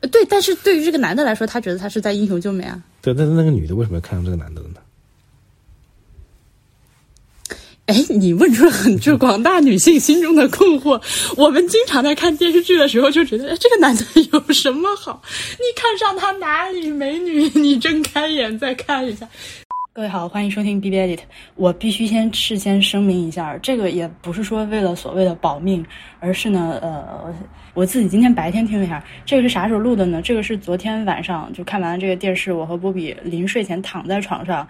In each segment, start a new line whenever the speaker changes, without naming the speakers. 呃对，但是对于这个男的来说，他觉得他是在英雄救美啊，
对，但是那个女的为什么要看上这个男的呢？
哎，你问出了很就广大女性心中的困惑。 我们经常在看电视剧的时候就觉得，哎，这个男的有什么好？你看上他哪里美女？你睁开眼再看一下。各位好，欢迎收听 B B Edit。我必须先事先声明一下，这个也不是说为了所谓的保命，而是呢，呃，我自己今天白天听了一下，这个是啥时候录的呢？这个是昨天晚上就看完了这个电视，我和波比临睡前躺在床上，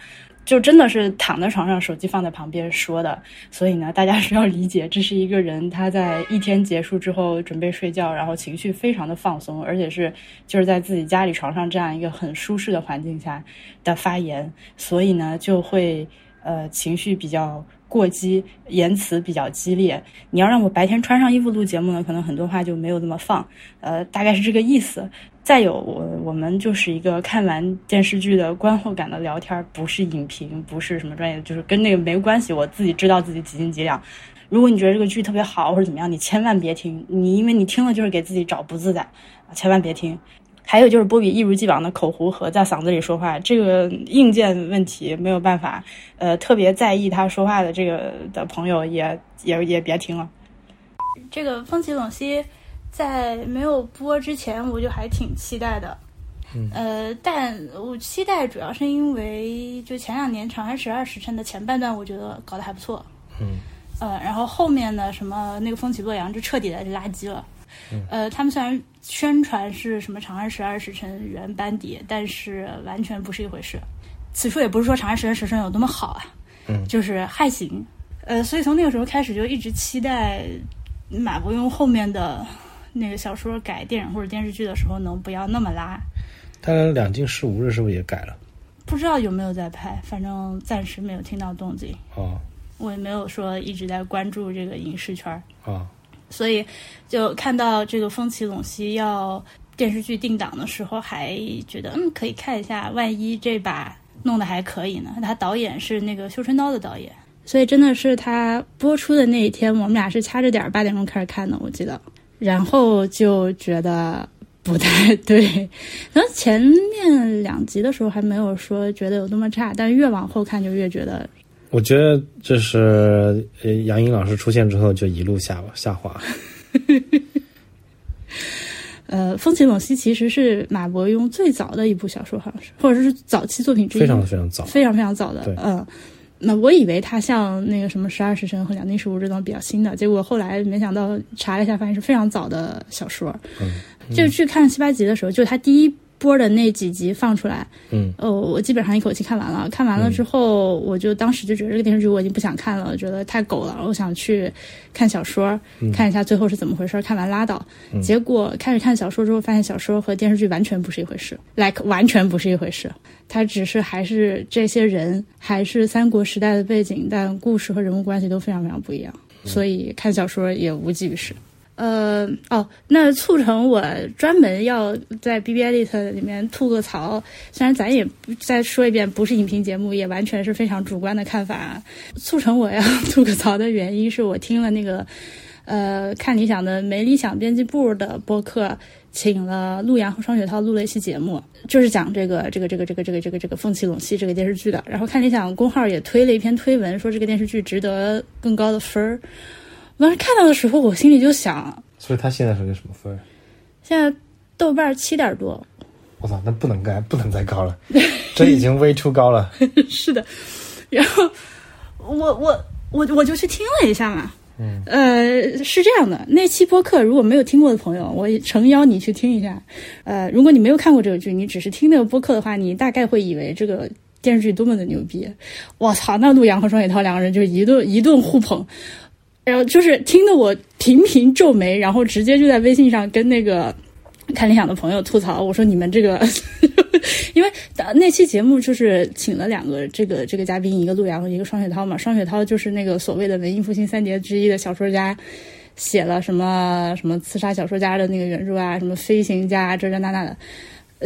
就真的是躺在床上，手机放在旁边说的。所以呢，大家是要理解，这是一个人他在一天结束之后准备睡觉，然后情绪非常的放松，而且是就是在自己家里床上这样一个很舒适的环境下的发言，所以呢就会呃情绪比较过激，言辞比较激烈。你要让我白天穿上衣服录节目呢，可能很多话就没有这么放，呃，大概是这个意思。再有，我我们就是一个看完电视剧的观后感的聊天，不是影评，不是什么专业的，就是跟那个没关系。我自己知道自己几斤几两。如果你觉得这个剧特别好或者怎么样，你千万别听，你因为你听了就是给自己找不自在，啊千万别听。还有就是波比一如既往的口胡和在嗓子里说话，这个硬件问题没有办法。呃，特别在意他说话的这个的朋友也也也别听了。
这个《风起陇西》在没有播之前，我就还挺期待的。嗯、呃，但我期待主要是因为就前两年《长安十二时辰》的前半段，我觉得搞得还不错。
嗯，
呃，然后后面的什么那个《风起洛阳》就彻底的垃圾了。
嗯
呃，他们虽然宣传是什么《长安十二时辰》原班底，但是完全不是一回事。此处也不是说《长安十二时辰》有多么好啊，
嗯
就是还行。呃，所以从那个时候开始就一直期待马伯庸后面的那个小说改电影或者电视剧的时候能不要那么拉。
他两晋十五日是不是也改了？
不知道有没有在拍，反正暂时没有听到动静。
啊
我也没有说一直在关注这个影视圈儿，
啊，
所以就看到这个《风起陇西》要电视剧定档的时候，还觉得嗯可以看一下，万一这把弄得还可以呢。他导演是那个《绣春刀》的导演，所以真的是他播出的那一天，我们俩是掐着点儿八点钟开始看的，我记得。然后就觉得不太对， 然后前面两集的时候还没有说觉得有多么差，但越往后看就越觉得
我觉得这是呃杨颖老师出现之后就一路下下滑。
呃，《风起陇西》其实是马伯庸最早的一部小说，好像是，或者是早期作品之一，
非常非常早。
非常非常早的
对。
嗯，那我以为它像那个什么《十二时辰》和《两晋十五》这种比较新的，结果后来没想到查了一下，发现是非常早的小说。
嗯
就去看七八集的时候，就它第一波的那几集放出来，
嗯
哦，我基本上一口气看完了。看完了之后，我就当时就觉得这个电视剧我已经不想看了，觉得太狗了，我想去看小说，看一下最后是怎么回事，看完拉倒。结果开始看小说之后，发现小说和电视剧完全不是一回事，like 完全不是一回事。它只是还是这些人，还是三国时代的背景，但故事和人物关系都非常非常不一样，所以看小说也无济于事。呃，哦，那促成我专门要在 B B Edit 里面吐个槽，虽然咱也不再说一遍，不是影评节目，也完全是非常主观的看法。促成我要 吐个槽的原因是我听了那个，呃，看理想的没理想编辑部的播客，请了陆阳和双雪涛录了一期节目，就是讲这个这个这个这个这个这个这个《风起陇西》这个电视剧的。然后看理想公号也推了一篇推文，说这个电视剧值得更高的分儿。我当时看到的时候，我心里就想，
所以他现在是个什么分儿？
现在豆瓣七点多，
我操，那不能再不能再高了，这已经 way too 高 了。
是的，然后我我我我就去听了一下嘛。嗯，呃，是这样的，那期播客如果没有听过的朋友，我也诚邀你去听一下。呃，如果你没有看过这个剧，你只是听那个播客的话，你大概会以为这个电视剧多么的牛逼。我操，那陆阳和双雪涛两个人就一顿一顿互捧，然后就是听得我频频皱眉，然后直接就在微信上跟那个看理想的朋友吐槽，我说你们这个因为呃那期节目就是请了两个这个这个嘉宾，一个陆阳和一个双雪涛嘛。双雪涛就是那个所谓的文艺复兴三杰之一的小说家，写了什么什么刺杀小说家的那个原著啊，什么飞行家啊这这那那的，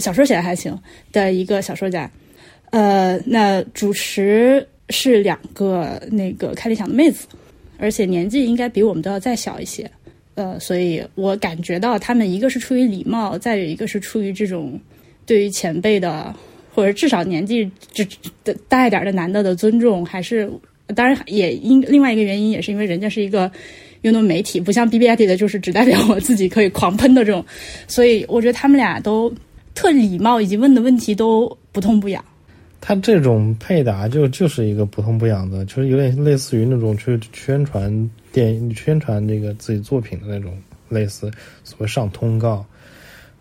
小说写的还行的一个小说家。呃，那主持是两个那个开理想的妹子，而且年纪应该比我们都要再小一些。呃，所以我感觉到他们一个是出于礼貌，再有一个是出于这种对于前辈的或者至少年纪这的大一点的男的的尊重，还是呃当然也因另外一个原因也是因为人家是一个运动媒体，不像 B B I T 的就是只代表我自己可以狂喷的这种，所以我觉得他们俩都特礼貌，以及问的问题都不痛不痒。
他这种配搭就就是一个不痛不痒的，就是有点类似于那种去宣传电影、宣传这个自己作品的那种类似所谓上通
哦
告。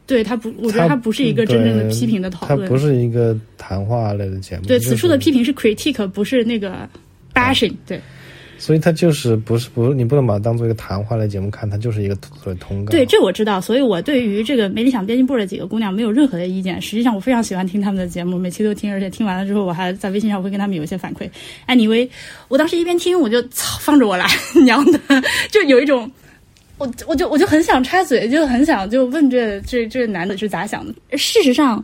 对他不，我觉得他不是一个真正的批评的讨
它
论，
不是一个谈话类的节目。
对，
就是
此处的批评是 critique，不是那
啊
个 bashing、对
所以它就是不是不是你不能把它当做一个谈话类节目看，它就是一个所谓通告。
对，这我知道，所以我对于这个美理想编辑部的几个姑娘没有任何的意见。实际上，我非常喜欢听他们的节目，每期都听，而且听完了之后，我还在微信上会跟他们有一些反馈。哎，你为我当时一边听，我就操，放着我来， 娘的，就有一种。我我就我就很想插嘴，就很想就问这这这男的是咋想的。事实上，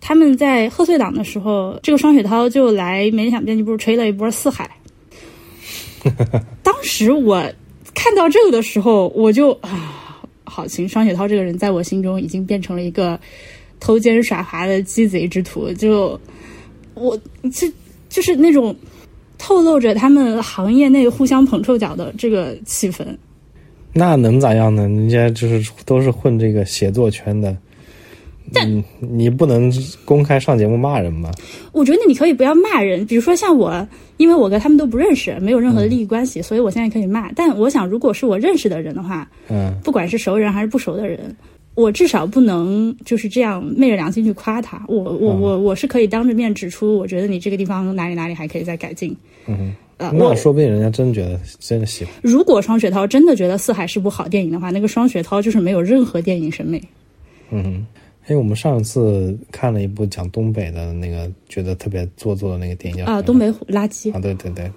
他们在贺岁档的时候，这个双雪涛就来美理想编辑部吹了一波四海。当时我看到这个的时候，我就啊，好行，双雪涛这个人在我心中已经变成了一个偷奸耍滑的鸡贼之徒，就我这就是那种透露着他们行业内互相捧臭脚的这个气氛。
那能咋样呢？人家就是都是混这个写作圈的，嗯，你不能公开上节目骂人吧？
我觉得你可以不要骂人，比如说像我，因为我跟他们都不认识，没有任何的利益关系，所以我现在可以骂。但我想，如果是我认识的人的话，
嗯，
不管是熟人还是不熟的人，我至少不能就是这样昧着良心去夸他。我我我我是可以当着面指出，我觉得你这个地方哪里哪里还可以再改进。嗯，呃，
那
我
说不定人家真觉得真的喜欢。
如果双雪涛真的觉得《四海》是部好电影的话，那个双雪涛就是没有任何电影审美。
嗯，哎，我们上次看了一部讲东北的那个，觉得特别做作的那个电影叫
啊，
什么
东北虎垃圾
啊，。对对对，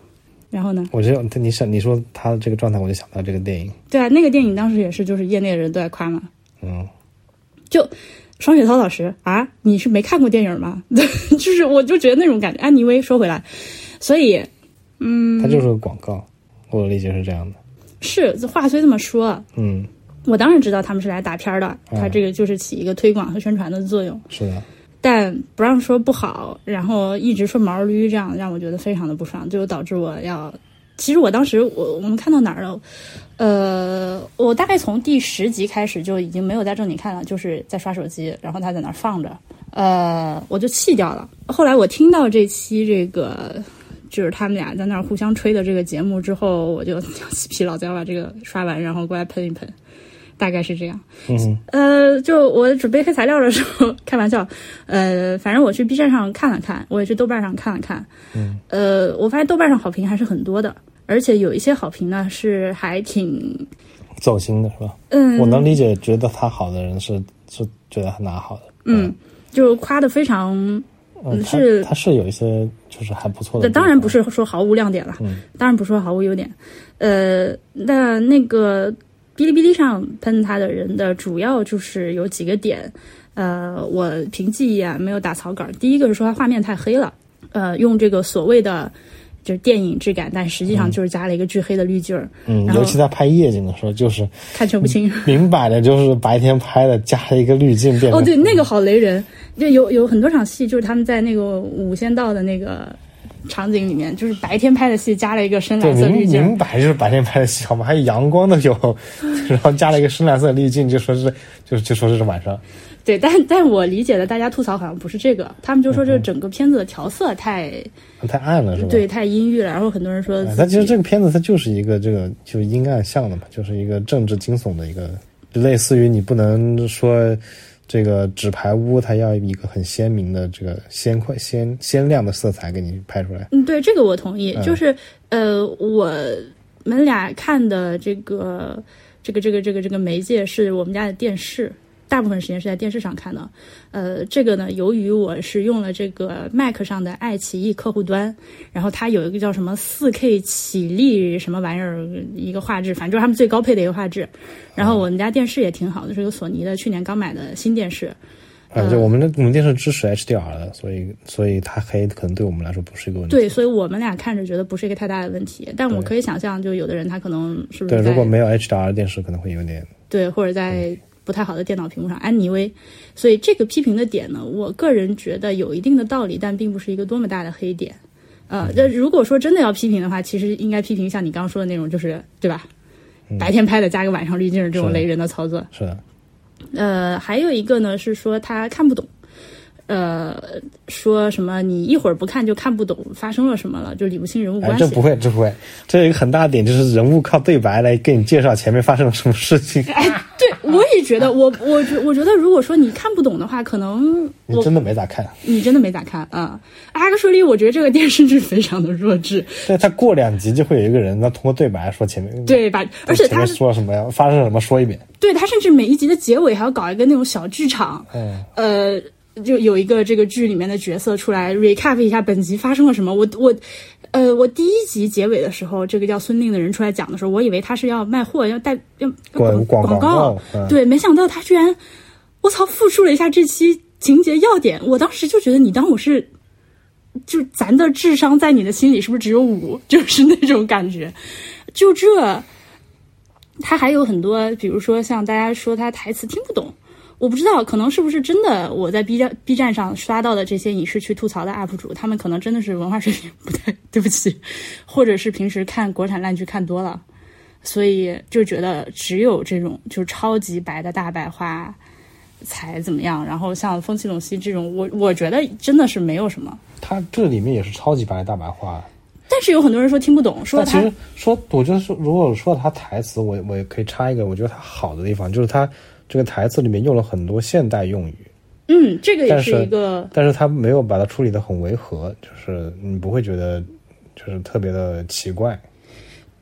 然后呢？
我觉得你想你说他的这个状态，我就想到这个电影。
对啊，那个电影当时也是，就是业内的人都在夸嘛。
嗯，
就双雪涛老师啊，你是没看过电影吗？ 就是我就觉得那种感觉。安妮薇说回来，所以嗯
它就是个广告，我的理解是这样的。
是话虽这么说，啊
嗯，
我当然知道他们是来打片儿的，他这个就是起一个推广和宣传的作用，
是的，
但不让说不好，然后一直说毛驴，这样让我觉得非常的不爽，就导致我要。其实我当时我我们看到哪儿了？呃，我大概从第十集开始就已经没有在正经看了，就是在刷手机，然后他在那儿放着，呃，我就弃掉了。后来我听到这期这个就是他们俩在那儿互相吹的这个节目之后，我就疲劳，再把这个刷完，然后过来喷一喷，大概是这样。
嗯，
呃，就我准备黑材料的时候， 开玩笑，呃，反正我去 B 站上看了看，我也去豆瓣上看了看，嗯，呃，我发现豆瓣上好评还是很多的，而且有一些好评呢是还挺，
走心的是吧？
嗯，
我能理解，觉得他好的人是是觉得他哪好的。
嗯，就夸的非常，
嗯，他
是
他是有一些就是还不错的地方。
那当然不是说毫无亮点了，
嗯
当然不是说毫无优点，呃，那那个哔哩哔哩上喷他的人的主要就是有几个点，呃，我凭记忆啊没有打草稿。第一个是说它画面太黑了，呃，用这个所谓的就是电影质感，但实际上就是加了一个巨黑的滤镜儿，
嗯，
然后
尤其在拍夜景的时候，就是
看全不清。
明摆着就是白天拍的，加了一个滤镜变成
哦，对，那个好雷人，就有有很多场戏，就是他们在那个五仙道的那个场景里面，就是白天拍的戏，加了一个深
对
蓝色滤
明
镜儿。
明摆就是白天拍的戏好吗？还有阳光都有， 然后加了一个深蓝色滤镜，就说是就就说是晚上。
对，但但我理解的，大家吐槽好像不是这个，他们就说这整个片子的调色太、
太暗嗯了是吧？
对太阴郁了，然后很多人说
哎，
自
它其实
己
这个片子它就是一个这个就阴暗向的嘛，就是一个政治惊悚的一个，就类似于你不能说这个纸牌屋，它要一个很鲜明的这个鲜快鲜鲜亮的色彩给你拍出来。
嗯，对，这个我同意。
嗯
就是呃，我们俩看的这个这个这个这个这个媒介是我们家的电视，大部分时间是在电视上看的。呃，这个呢，由于我是用了这个 Mac 上的爱奇艺客户端，然后它有一个叫什么四 K 起立什么玩意儿一个画质，反正就是他们最高配的一个画质。然后我们家电视也挺好的，是个索尼的，去年刚买的新电视。
啊，就我们的我们电视支持 HDR 的，所以所以它黑可能对我们来说不是一个问题。
对，所以我们俩看着觉得不是一个太大的问题，但我可以想象，就有的人他可能是不
对，
是
如果
在
没有 HDR 的电视，可能会有点
对，或者在不太好的电脑屏幕上安妮微。所以这个批评的点呢，我个人觉得有一定的道理，但并不是一个多么大的黑点。
嗯
呃，这如果说真的要批评的话，其实应该批评像你刚刚说的那种，就是对吧？白天拍的加个晚上滤镜这种
是的
雷人的操作。
嗯是的，
呃，还有一个呢是说他看不懂，呃，说什么你一会儿不看就看不懂发生了什么了，就理不清人物
哎，
关系。
这不会，这不会，这有一个很大的点就是人物靠对白来给你介绍前面发生了什么事情，
对，我也觉得，我我觉我觉得，如果说你看不懂的话，可能
你
我
真的没咋看。
你真的没咋看啊。阿克说里，我觉得这个电视剧非常的弱智，
对，他过两集就会有一个人，那通过对白说前面，
对吧？而且
前
他
面说什么呀，发生什么说一遍。
对他甚至每一集的结尾还要搞一个那种小剧场，
嗯，
呃，就有一个这个剧里面的角色出来 recap 一下本集发生了什么。我我，呃，我第一集结尾的时候，这个叫孙令的人出来讲的时候，我以为他是要卖货，要带要要
广
广
广
告，
告嗯
对，没想到他居然，我操，复述了一下这期情节要点。我当时就觉得你当我是。就咱的智商在你的心里是不是只有五？就是那种感觉，就这，他还有很多，比如说像大家说他台词听不懂，我不知道，可能是不是真的？我在 B 站 B 站上刷到的这些影视区吐槽的 UP 主，他们可能真的是文化水平不太，对不起，或者是平时看国产烂剧看多了，所以就觉得只有这种就是超级白的大白花才怎么样。然后像风起陇西这种，我我觉得真的是没有什么。
他这里面也是超级白的大白话。
但是有很多人说听不懂，说
但其
他
实说，我觉得说，如果说他台词，我我也可以插一个，我觉得他好的地方就是他这个台词里面用了很多现代用语，
嗯，这个也
但
是
是
一个
但是他没有把它处理的很违和，就是你不会觉得就是特别的奇怪。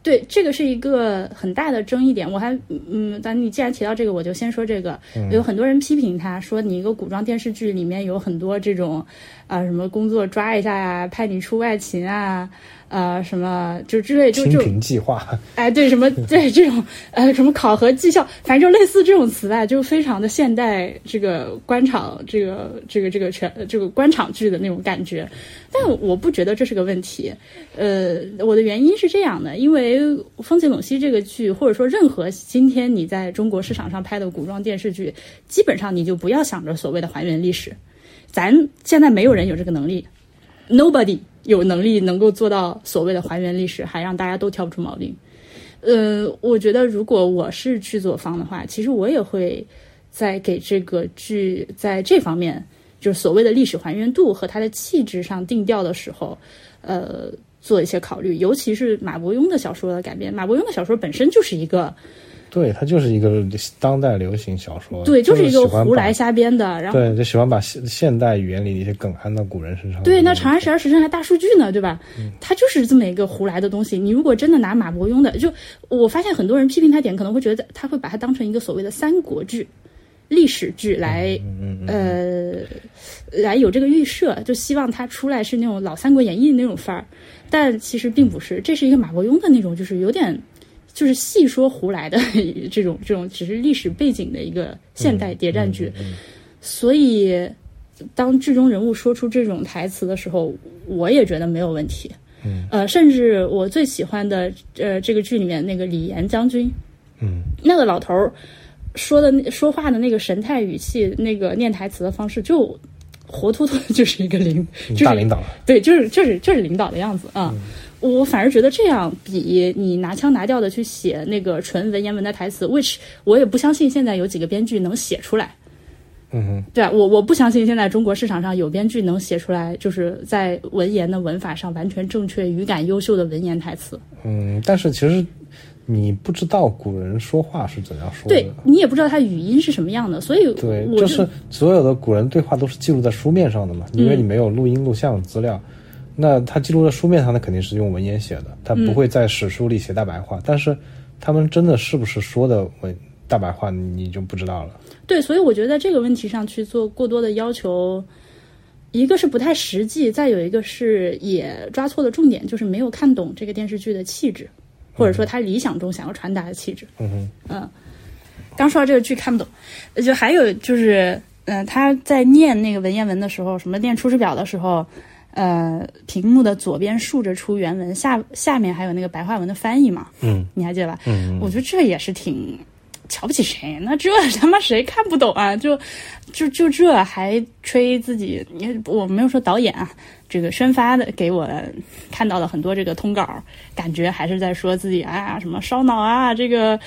对，这个是一个很大的争议点。我还嗯，咱你既然提到这个，我就先说这个。
嗯
有很多人批评他说，你一个古装电视剧里面有很多这种啊、什么工作抓一下呀、派你出外勤啊，呃，什么就之类就
清
就
贫计划，
哎，对什么对这种呃什么考核绩效，反正就类似这种词吧，就非常的现代这个官场这个这个这个全这个官场剧的那种感觉。但我不觉得这是个问题。呃，我的原因是这样的，因为《风起陇西》这个剧，或者说任何今天你在中国市场上拍的古装电视剧，基本上你就不要想着所谓的还原历史，咱现在没有人有这个能力，nobody 有能力能够做到所谓的还原历史，还让大家都挑不出毛病。呃，我觉得如果我是制作方的话，其实我也会在给这个剧在这方面，就是所谓的历史还原度和它的气质上定调的时候，呃，做一些考虑。尤其是马伯庸的小说的改编，马伯庸的小说本身就是一个
对，它就是一个当代流行小说，
对，
就
就是一
喜
个
欢
胡
把
来瞎编的，然后。
对，就喜欢把现现代语言里的一些梗安到古人身上。
对，那《嗯长安十二时辰》还大数据呢，对吧？它就是这么一个胡来的东西。你如果真的拿马伯庸的，就我发现很多人批评他点，可能会觉得他会把它当成一个所谓的三国剧、历史剧来，嗯呃，来有这个预设，就希望他出来是那种老《三国演义》那种范儿，但其实并不是，这是一个马伯庸的那种，就是有点。就是细说胡来的 这种这种，只是历史背景的一个现代谍战剧，所以当剧中人物说出这种台词的时候，我也觉得没有问题。嗯，呃，甚至我最喜欢的呃这个剧里面那个李岩将军，
嗯，
那个老头儿说的那说话的那个神态、语气、那个念台词的方式，就活脱脱的就是一个领，就是
大领导，
对，就是就是就是领导的样子啊。
嗯
我反而觉得这样比你拿腔拿调的去写那个纯文言文的台词，which 我也不相信现在有几个编剧能写出来。
嗯哼，
对啊，我我不相信现在中国市场上有编剧能写出来，就是在文言的文法上完全正确、语感优秀的文言台词。
嗯，但是其实你不知道古人说话是怎样说的
对。你也不知道它语音是什么样的，所以
对，
我
就是所有的古人对话都是记录在书面上的嘛，因为
嗯
你没有录音录像资料，那他记录在书面上，他肯定是用文言写的，他
嗯
不会在史书里写大白话。但是他们真的是不是说的文大白话，你就不知道了。
对，所以我觉得在这个问题上去做过多的要求，一个是不太实际，再有一个是也抓错了重点，就是没有看懂这个电视剧的气质，或者说他理想中想要传达的气质。
嗯嗯哼，
刚说到这个剧看不懂，呃就还有就是。呃，他在念那个文言文的时候，什么念《出师表》的时候，呃，屏幕的左边竖着出原文，下下面还有那个白话文的翻译嘛，
嗯
你还记得吧？
嗯，
我觉得这也是挺瞧不起谁呢，这 他妈谁看不懂啊？就就就这还吹自己？也我没有说导演啊，这个宣发的给我看到了很多这个通稿，感觉还是在说自己啊什么烧脑啊，这个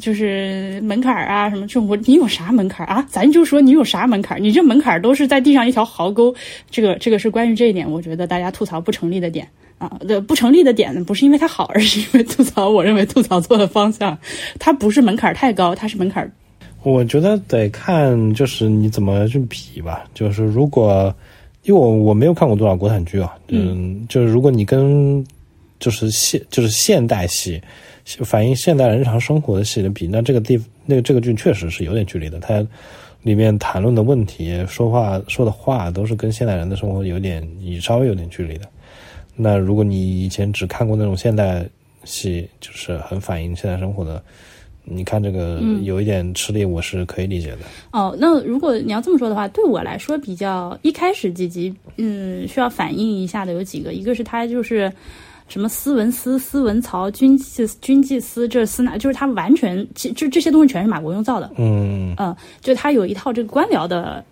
就是门槛啊什么这种。我你有啥门槛啊？咱就说你有啥门槛？你这门槛都是在地上一条壕沟。这个这个是关于这一点，我觉得大家吐槽不成立的点。啊，对，不成立的点呢，不是因为它好，而是因为吐槽我认为吐槽错了方向。它不是门槛太高，它是门槛
我觉得得看就是你怎么去比吧，就是如果因为我我没有看过多少国产剧啊，嗯，就是如果你跟就是现就是现代戏反映现代人日常生活的戏的比，那这个地那个这个剧确实是有点距离的，它里面谈论的问题、说话说的话都是跟现代人的生活有点稍微有点距离的。那如果你以前只看过那种现代戏，就是很反映现代生活的，你看这个
嗯
有一点吃力，我是可以理解的。
哦，那如果你要这么说的话，对我来说比较一开始几集，嗯，需要反映一下的有几个，一个是他嗯就是什么斯文司、斯文曹、军纪军纪司这司哪，就是他完全其就这些东西全是马国庸造的，
嗯
嗯、就他有一套这个官僚的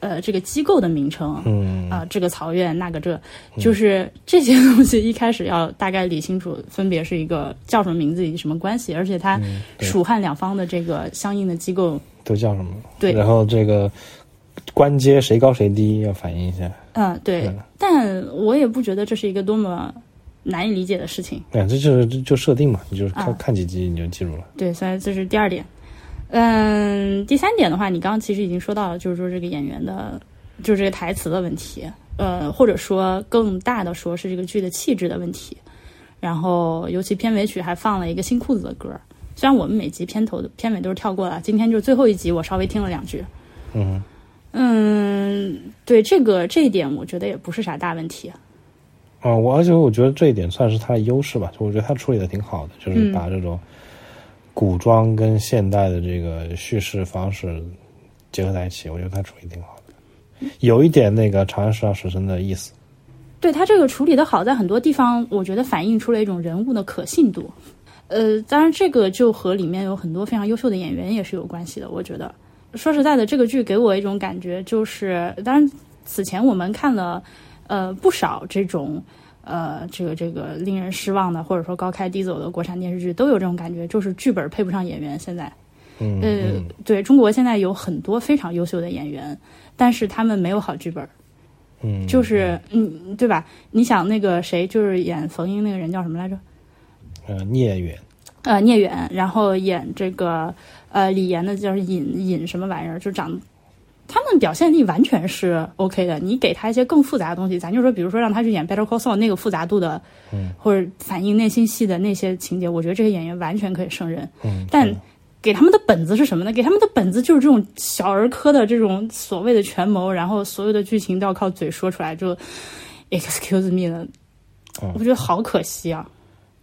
呃这个机构的名称，
嗯
啊、这个曹院，那个这，就是这些东西一开始要大概理清楚，分别是一个叫什么名字以及什么关系，而且它
嗯对
蜀汉两方的这个相应的机构，
都叫什么？
对
然后这个官阶谁高谁低要反映一下。
嗯、对
嗯。
但我也不觉得这是一个多么难以理解的事情，
哎，这就是这就设定嘛，你就是看、
啊
看几集你就记住了。
对，所以这是第二点。嗯，第三点的话，你刚刚其实已经说到了，就是说这个演员的，就是这个台词的问题，呃，或者说更大的说是这个剧的气质的问题。然后，尤其片尾曲还放了一个新裤子的歌儿，虽然我们每集片头的片尾都是跳过了，今天就是最后一集，我稍微听了两句。
嗯，
嗯，对这个这一点，我觉得也不是啥大问题。
啊、我而且我觉得这一点算是他的优势吧，就我觉得他处理的挺好的，就是
嗯
把这种古装跟现代的这个叙事方式结合在一起，我觉得他处理得挺好的，有一点那个《长安十二时辰》的意思。
对他这个处理的好，在很多地方我觉得反映出了一种人物的可信度。呃，当然这个就和里面有很多非常优秀的演员也是有关系的。我觉得说实在的，这个剧给我一种感觉，就是当然此前我们看了呃不少这种。呃，这个这个令人失望的，或者说高开低走的国产电视剧，都有这种感觉，就是剧本配不上演员。现在，
嗯，
呃
嗯，
对中国现在有很多非常优秀的演员，但是他们没有好剧本。
嗯，
就是嗯，对吧？你想那个谁，就是演冯英那个人叫什么来着？
呃，聂远，
呃，聂远，然后演这个呃李岩的，就是尹尹什么玩意儿，就长，他们表现力完全是 OK 的。你给他一些更复杂的东西，咱就说，比如说让他去演《Better Call Saul》那个复杂度的，
嗯
或者反映内心戏的那些情节，我觉得这些演员完全可以胜任。
嗯，
但
嗯
给他们的本子是什么呢？给他们的本子就是这种小儿科的这种所谓的权谋，然后所有的剧情都要靠嘴说出来，就 excuse me 的
嗯，
我觉得好可惜啊。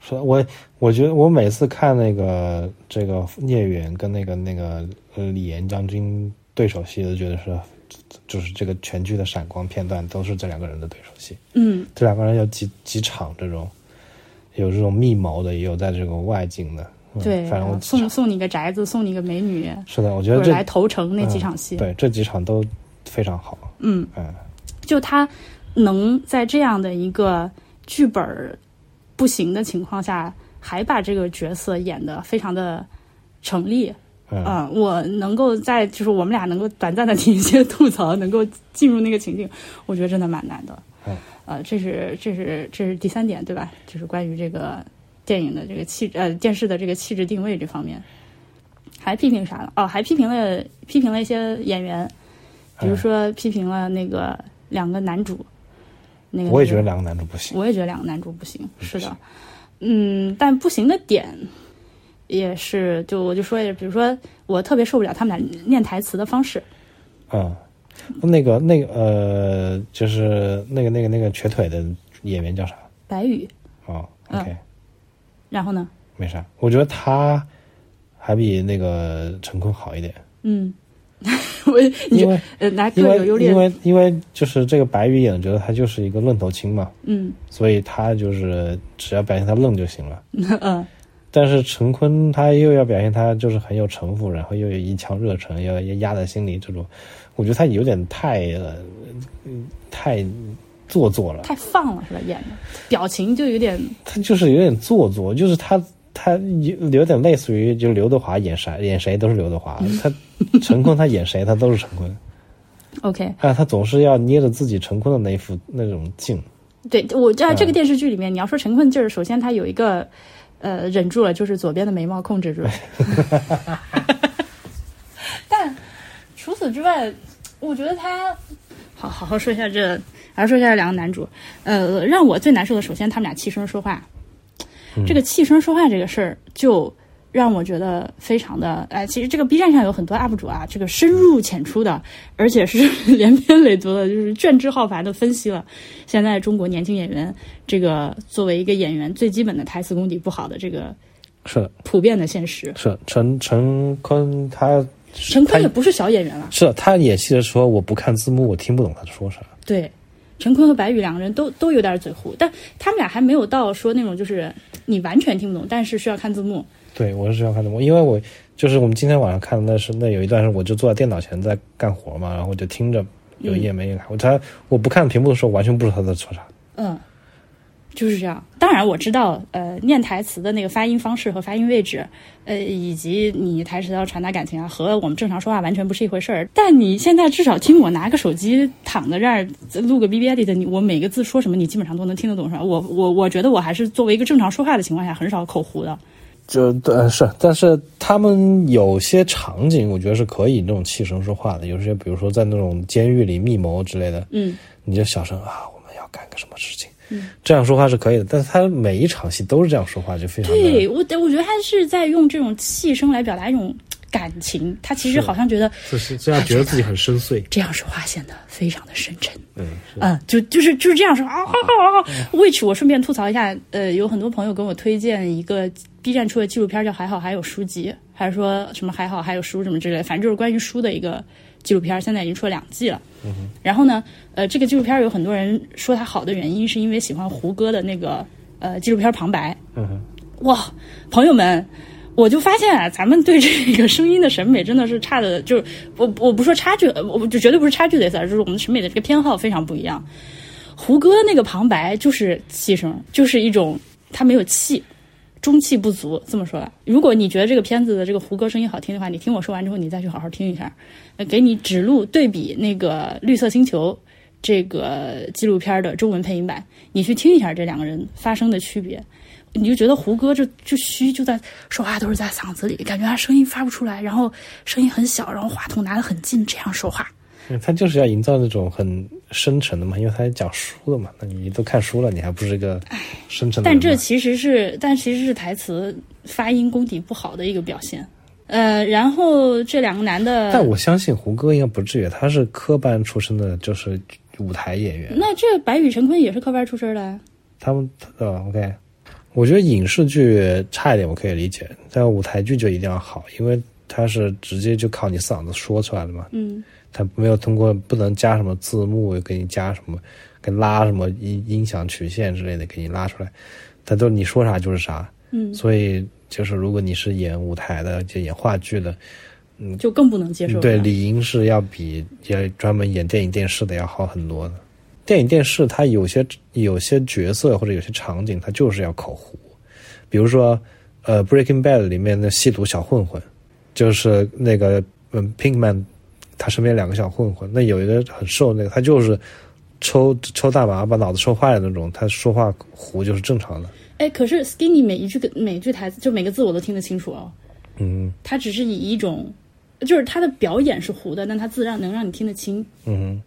是的我，我觉得我每次看那个这个聂远跟那个那个呃李岩将军对手戏，都觉得是就是这个全剧的闪光片段都是这两个人的对手戏，
嗯，
这两个人有几几场这种有这种密谋的，也有在这个外境的，嗯、
对，
反正我
然后送送你个宅子，送你个美女，
是的，我觉
或
得
者
这嗯
来投诚那几场戏，
对这几场都非常好，
嗯，
嗯
就他能在这样的一个剧本儿不行的情况下，还把这个角色演得非常的成立，
嗯
嗯，我能够在就是我们俩能够短暂的提一些吐槽，能够进入那个情境，我觉得真的蛮难的。
嗯，
呃，这是这是这是第三点对吧？就是关于这个电影的这个气质呃电视的这个气质定位这方面，还批评啥了？哦，还批评了批评了一些演员，比
哎
如说批评了那个两个男主，那个
我也觉得两个男主不行，
我也觉得两个男主不行，是的，嗯，但不行的点也是，就我就说一下，比如说我特别受不了他们俩念台词的方式，
嗯，那个那个呃，就是那个那个那个瘸腿的演员叫啥？
白宇，
哦
嗯
，OK，、
然后呢，
没啥。我觉得他还比那个陈坤好一点，
嗯， 我
因
你就
为
呃拿
因
各有
为
优劣
因，为因为就是这个白宇演觉得他就是一个愣头青嘛，
嗯
所以他就是只要表现他愣就行了。
嗯
但是陈坤他又要表现他就是很有城府，然后又有一腔热忱，要要压在心里这种，我觉得他有点太呃嗯太做作了，
太放了是吧？演的表情就有点
他就是有点做作，就是他他有有点类似于就刘德华演谁演谁都是刘德 华，他陈坤他演谁他都是陈坤
OK。
啊，他总是要捏着自己陈坤的那一副那种劲，
对我在
嗯
这个电视剧里面，你要说陈坤劲儿，首先他有一个呃忍住了，就是左边的眉毛控制住了。 但除此之外，我觉得他好好好说一下这，好好说一下这两个男主。呃，让我最难受的，首先他们俩气声说话，
嗯
这个气声说话这个事儿就。让我觉得非常的哎，其实这个 B 站上有很多 UP 主啊，这个深入浅出的，而且是连篇累牍的，就是卷帙浩繁的分析了现在中国年轻演员这个作为一个演员最基本的台词功底不好的这个
是的，
普遍的现实。
是的陈陈坤他
陈
他
坤也不是小演员了，
是的他演戏的时候我不看字幕我听不懂他说啥，
对，陈坤和白宇两个人都都有点嘴胡，但他们俩还没有到说那种就是你完全听不懂，但是需要看字幕。
对我是要看字幕，因为我就是我们今天晚上看的那是那有一段是我就坐在电脑前在干活嘛，然后我就听着有一眼没一眼看，我他我不看屏幕的时候完全不知道他在说啥，
嗯，就是这样。当然我知道，呃，念台词的那个发音方式和发音位置，呃，以及你台词要传达感情啊，和我们正常说话完全不是一回事儿。但你现在至少听我拿个手机躺在这儿录个 B B 里的你，我每个字说什么，你基本上都能听得懂，是吧？我我我觉得我还是作为一个正常说话的情况下，很少口胡的。
就呃是，但是他们有些场景我觉得是可以那种气声说话的，有些比如说在那种监狱里密谋之类的，
嗯，
你就小声啊，我们要干个什么事情，这样说话是可以的，但是他每一场戏都是这样说话，就非常的
对我得我觉得他是在用这种气声来表达一种感情，他其实
是
好像觉得
就是这样觉得自己很深邃，
这样说话显得非常的深沉。
嗯，是嗯
嗯，就就是就是这样说啊啊啊啊！which 我顺便吐槽一下，呃，有很多朋友给我推荐一个 B 站出的纪录片，叫《还好还有书籍》，还是说什么“还好还有书”什么之类的，反正就是关于书的一个纪录片，现在已经出了两季了。
嗯
然后呢，呃，这个纪录片有很多人说它好的原因，是因为喜欢胡歌的那个呃纪录片旁白。
嗯哼，
哇，朋友们，我就发现啊，咱们对这个声音的审美真的是差的，就是我我不说差距，呃我我就绝对不是差距的意思，啊，就是我们审美的这个偏好非常不一样。胡歌那个旁白就是气声，就是一种他没有气，中气不足。这么说吧，如果你觉得这个片子的这个胡歌声音好听的话，你听我说完之后，你再去好好听一下，呃，给你指路对比那个《绿色星球》这个纪录片的中文配音版，你去听一下这两个人发声的区别。你就觉得胡歌这就虚，就在说话都是在嗓子里，感觉他声音发不出来，然后声音很小，然后话筒拿得很近，这样说话。
嗯他就是要营造那种很深沉的嘛，因为他讲书的嘛，那你都看书了，你还不是一个深沉的
但
人
这
吗？
其实是，但其实是台词发音功底不好的一个表现。呃，然后这两个男的，
但我相信胡歌应该不至于，他是科班出身的，就是舞台演 员。
那这白宇陈坤也是科班出身的啊，
他们呃，OK，我觉得影视剧差一点我可以理解，但舞台剧就一定要好，因为它是直接就靠你嗓子说出来的嘛，
嗯，
它没有通过不能加什么字幕，给你加什么，给拉什么音音响曲线之类的给你拉出来，它都你说啥就是啥，
嗯
所以就是如果你是演舞台的，就演话剧的，
就更不能接受了。
对，理应是要比也专门演电影电视的要好很多的。电影电视它有些有些角色或者有些场景，它就是要口胡，比如说呃《Breaking Bad》里面的吸毒小混混，就是那个嗯 Pinkman，他身边两个小混混，那有一个很瘦那个，他就是抽抽大麻把脑子抽坏了那种，他说话胡就是正常的。
哎，可是 Skinny 每一句每一句台词，就每个字我都听得清楚哦。
嗯
他只是以一种，就是他的表演是糊的，但他自然能让你听得清。
嗯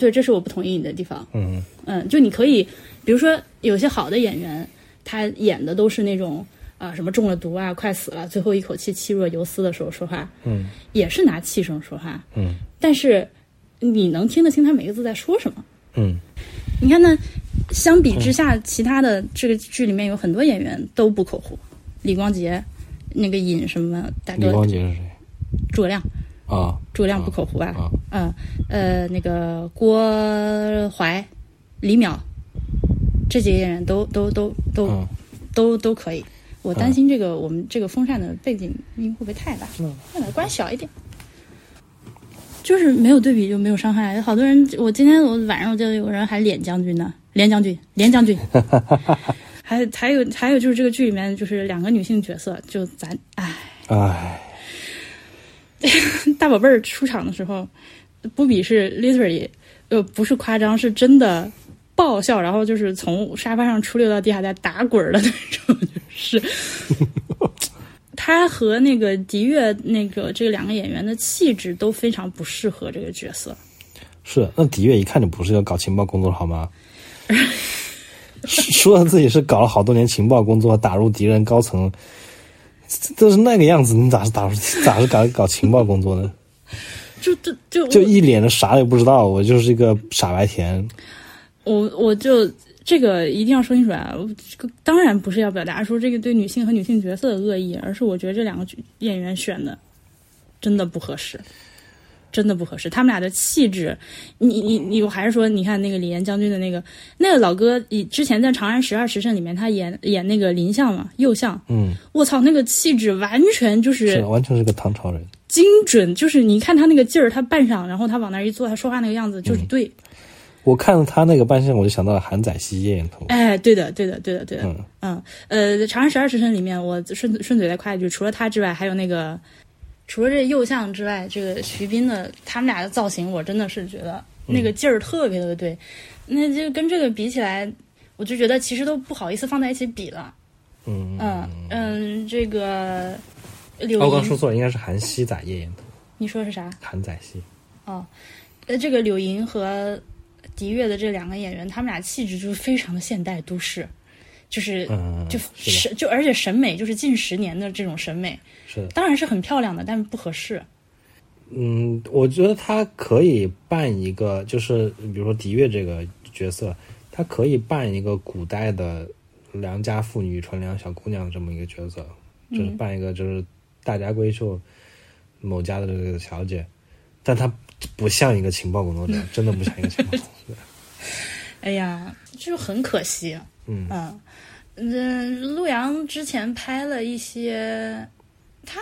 对，这是我不同意你的地方。
嗯
嗯，就你可以，比如说有些好的演员，他演的都是那种啊、什么中了毒啊，快死了，最后一口气气若游丝的时候说话，
嗯
也是拿气声说话，
嗯
但是你能听得清他每个字在说什么。
嗯，
你看呢，相比之下，其他的这个剧里面有很多演员都不口胡，李光洁、那个尹什么大
李
哥
光洁是谁？
诸葛亮，
啊
诸葛亮不口胡吧？
啊
嗯，呃，那个郭淮、李淼这几个人都都都都、
啊，
都都可以。我
啊
担心这个、我们这个风扇的背景音会不会太大？
嗯
算了，关小一点。就是没有对比就没有伤害。好多人，我今天我晚上我就有人喊脸将军呢，连将军，连将 军。还还有还有就是这个剧里面就是两个女性角色，就咱哎唉，
唉，
大宝贝儿出场的时候，不比是 literally，呃，不是夸张，是真的爆笑，然后就是从沙发上出溜到地下在打滚儿的那种，就是。他和那个迪月那个这两个演员的气质都非常不适合这个角色，
是那迪月一看就不是要搞情报工作的好吗？ 说自己是搞了好多年情报工作，打入敌人高层，这都是那个样子，你咋是打入 咋是搞搞情报工作呢？
就就就
就一脸的啥也不知道，我就是一个傻白甜。
我我就这个一定要说清楚啊！我这个当然不是要表达说这个对女性和女性角色的恶意，而是我觉得这两个角演员选的真的不合适，真的不合适。他们俩的气质，你你你，我还是说，你看那个李岩将军的那个那个老哥，以之前在《长安十二时辰》里面，他演演那个林相嘛，右相，
嗯，
我操，那个气质完全就是
是啊完全是个唐朝人。
精准，就是你看他那个劲儿，他扮上，然后他往那儿一坐，他说话那个样子就是对，
我看了他那个扮相，我就想到了韩宰熙、叶眼头。
哎，对的，对的，对的，对的，
嗯，
嗯，呃，《长安十二时辰》里面，我顺顺嘴再夸一句，除了他之外，还有那个，除了这右相之外，这个徐斌的他们俩的造型，我真的是觉得
嗯
那个劲儿特别的对。那就跟这个比起来，我就觉得其实都不好意思放在一起比了。
嗯
嗯嗯，这个柳
哦我刚
莹
说，错了，应该是韩熙载夜眼头，
你说是啥？
韩宰熙。
哦，呃，这个柳莹和迪月的这两个演员，他们俩气质就是非常的现代都市，就是
嗯，
就是
的，
审就而且审美就是近十年的这种审美，
是的。
当然是很漂亮的，但是不合适。
嗯，我觉得他可以扮一个，就是比如说迪月这个角色，他可以扮一个古代的良家妇女、纯良小姑娘这么一个角色，就是扮一个就是大家闺秀某家的这个小姐，但她不像一个情报工作者，真的不像一个情报工作者。
哎呀，就很可惜。
嗯
嗯嗯，陆阳之前拍了一些，他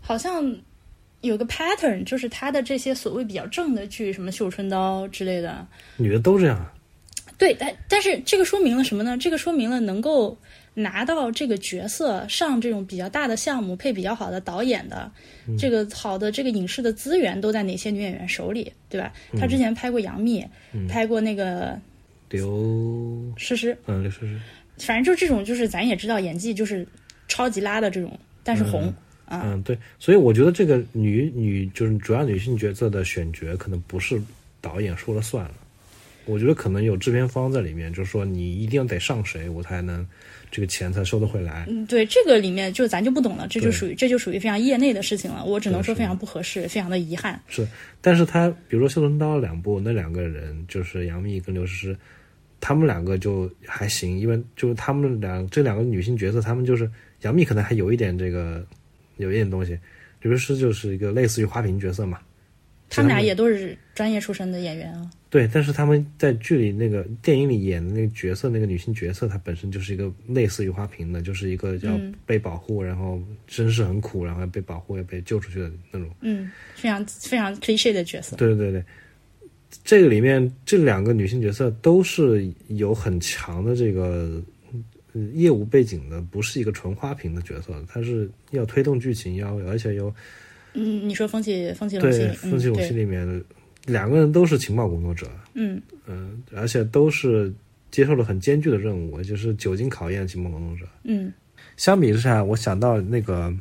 好像有个 pattern，就是他的这些所谓比较正的剧，什么《绣春刀》之类的，
女的都这样啊，
对，但但是这个说明了什么呢？这个说明了能够拿到这个角色上这种比较大的项目，配比较好的导演的，这个好的这个影视的资源都在哪些女演员手里，对吧？她之前拍过杨幂，拍过那个
刘，
诗诗，
嗯，刘诗诗，
反正就这种，就是咱也知道演技就是超级拉的这种，但是红。
嗯，对，所以我觉得这个女女就是主要女性角色的选角，可能不是导演说了算了，我觉得可能有制片方在里面，就是说你一定要得上谁，我才能这个钱才收得回来。
嗯，对，这个里面就咱就不懂了，这就
对
属于这就属于非常业内的事情了，我只能说
是
非常不合适，非常的遗憾。
是，但是他比如说《绣春刀》两部，那两个人就是杨幂跟刘诗诗，他们两个就还行，因为就是他们两这两个女性角色，他们就是杨幂可能还有一点这个有一点东西，刘诗诗就是一个类似于花瓶角色嘛，
他们俩
咱们
也都是专业出身的演员啊。
对，但是他们在剧里那个电影里演的那个角色，那个女性角色，她本身就是一个类似于花瓶的，就是一个要被保护，然后身世很苦，然后要被保护，要被救出去的那种。
嗯，非常非常 cliche 的角色。
对对对对，这个里面这两个女性角色都是有很强的这个呃业务背景的，不是一个纯花瓶的角色，她是要推动剧情，要而且有
嗯，你说风起风起龙
对
心，
分析武器
嗯，对，
里面的、两个人都是情报工作者，
嗯，
嗯，而且都是接受了很艰巨的任务，就是久经考验的情报工作者。
嗯，
相比之下，我想到那个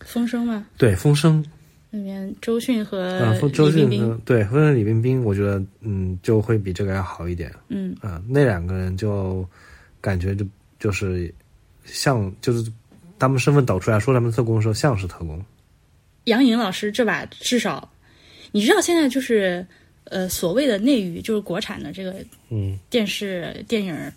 风声嘛，
对风声
里面周迅和
啊，风周
呃李
迅
冰冰，
呢，对风声李冰冰，我觉得嗯就会比这个要好一点
嗯，
啊。那两个人就感觉就就是像就是他们身份抖出来说他们特工的时候像是特工，
杨颖老师这把至少，你知道现在就是呃所谓的内娱，就是国产的这个
嗯
电视电影儿，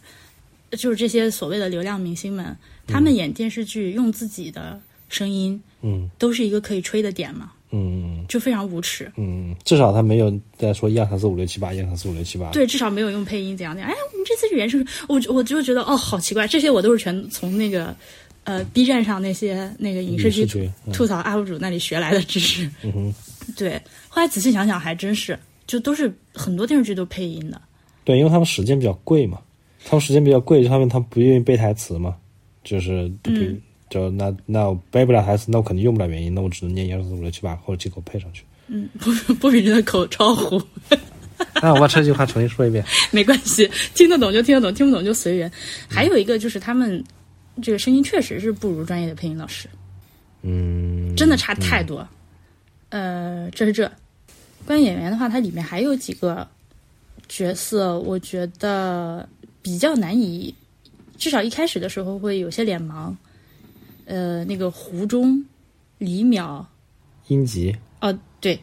就是这些所谓的流量明星们，他们演电视剧用自己的声音，
嗯
都是一个可以吹的点嘛。
嗯
就非常无耻。
嗯，至少他没有在说一二三四五六七八，一二三四五六七八。，
对，至少没有用配音怎样怎样。哎，我们这次语言是，我我就觉得哦，好奇怪，这些我都是全从那个呃 B 站上那些那个影视剧
影视剧嗯
吐吐槽 UP 主那里学来的知识。
嗯哼，
对，后来仔细想想，还真是，就都是很多电视剧都配音的。
对，因为他们时间比较贵嘛，他们时间比较贵，他们他们不愿意背台词嘛，就是就比如就那那我背不了台词，那我肯定用不了元音，那我只能念一二三四五六七八，或者给我配上去。
嗯，不不比真的口超糊，
啊那我把这句话重新说一遍。
没关系，听得懂就听得懂，听不懂就随缘。还有一个就是他们这个声音确实是不如专业的配音老师，
嗯，
真的差太多。呃，这是这。关于演员的话，它里面还有几个角色，我觉得比较难以，至少一开始的时候会有些脸盲。呃，那个胡忠、李淼，
音级，
哦，对，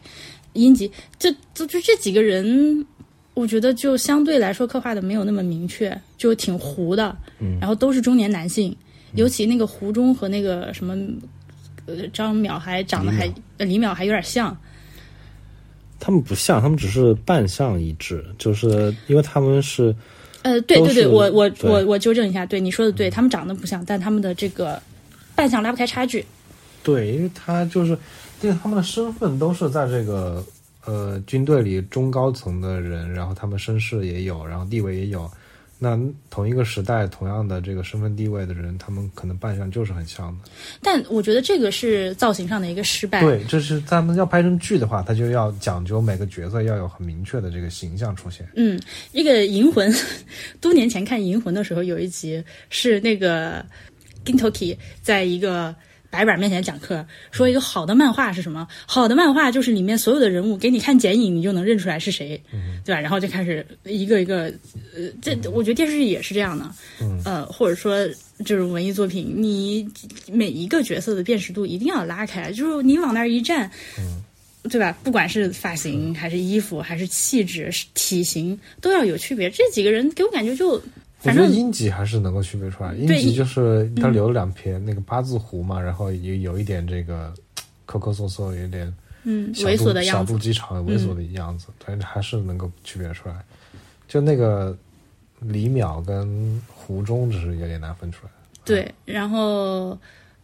英吉，这就就这几个人，我觉得就相对来说刻画的没有那么明确，就挺糊的。
嗯
然后都是中年男性，尤其那个胡忠和那个什么，呃，张淼还长得还
李淼
呃李淼还有点像。
他们不像，他们只是扮相一致，就是因为他们是
呃，对
都
对对，
是
我我
对嗯
我我纠正一下，对你说的对，他们长得不像，但他们的这个扮相拉不开差距。
对，因为他就是，因为他们的身份都是在这个呃军队里中高层的人，然后他们身世也有，然后地位也有。那同一个时代，同样的这个身份地位的人，他们可能扮相就是很像的。
但我觉得这个是造型上的一个失败。
对，这是他们要拍成剧的话，他就要讲究每个角色要有很明确的这个形象出现。
嗯，那个《银魂》， 多年前看《银魂》的时候，有一集是那个 Gintoki 在一个白板面前讲课，说一个好的漫画是什么？好的漫画就是里面所有的人物给你看剪影，你就能认出来是谁，
嗯
对吧？然后就开始一个一个，呃，这我觉得电视剧也是这样的，
嗯
呃，或者说这种文艺作品，你每一个角色的辨识度一定要拉开，就是你往那儿一站，
嗯
对吧？不管是发型还是衣服还是气质、是体型，都要有区别。这几个人给我感觉就，
我
反
觉得
正
英吉还是能够区别出来，英
对嗯
吉就是他留了两撇那个八字胡嘛，然后也有一点这个抠抠搜搜，有一点
嗯
小
猥
肚
琐的样
小
子嗯
肚，鸡肠、猥琐的样子，但是还是能够区别出来。就那个李淼跟胡忠，只是有点难分出来。
对。然后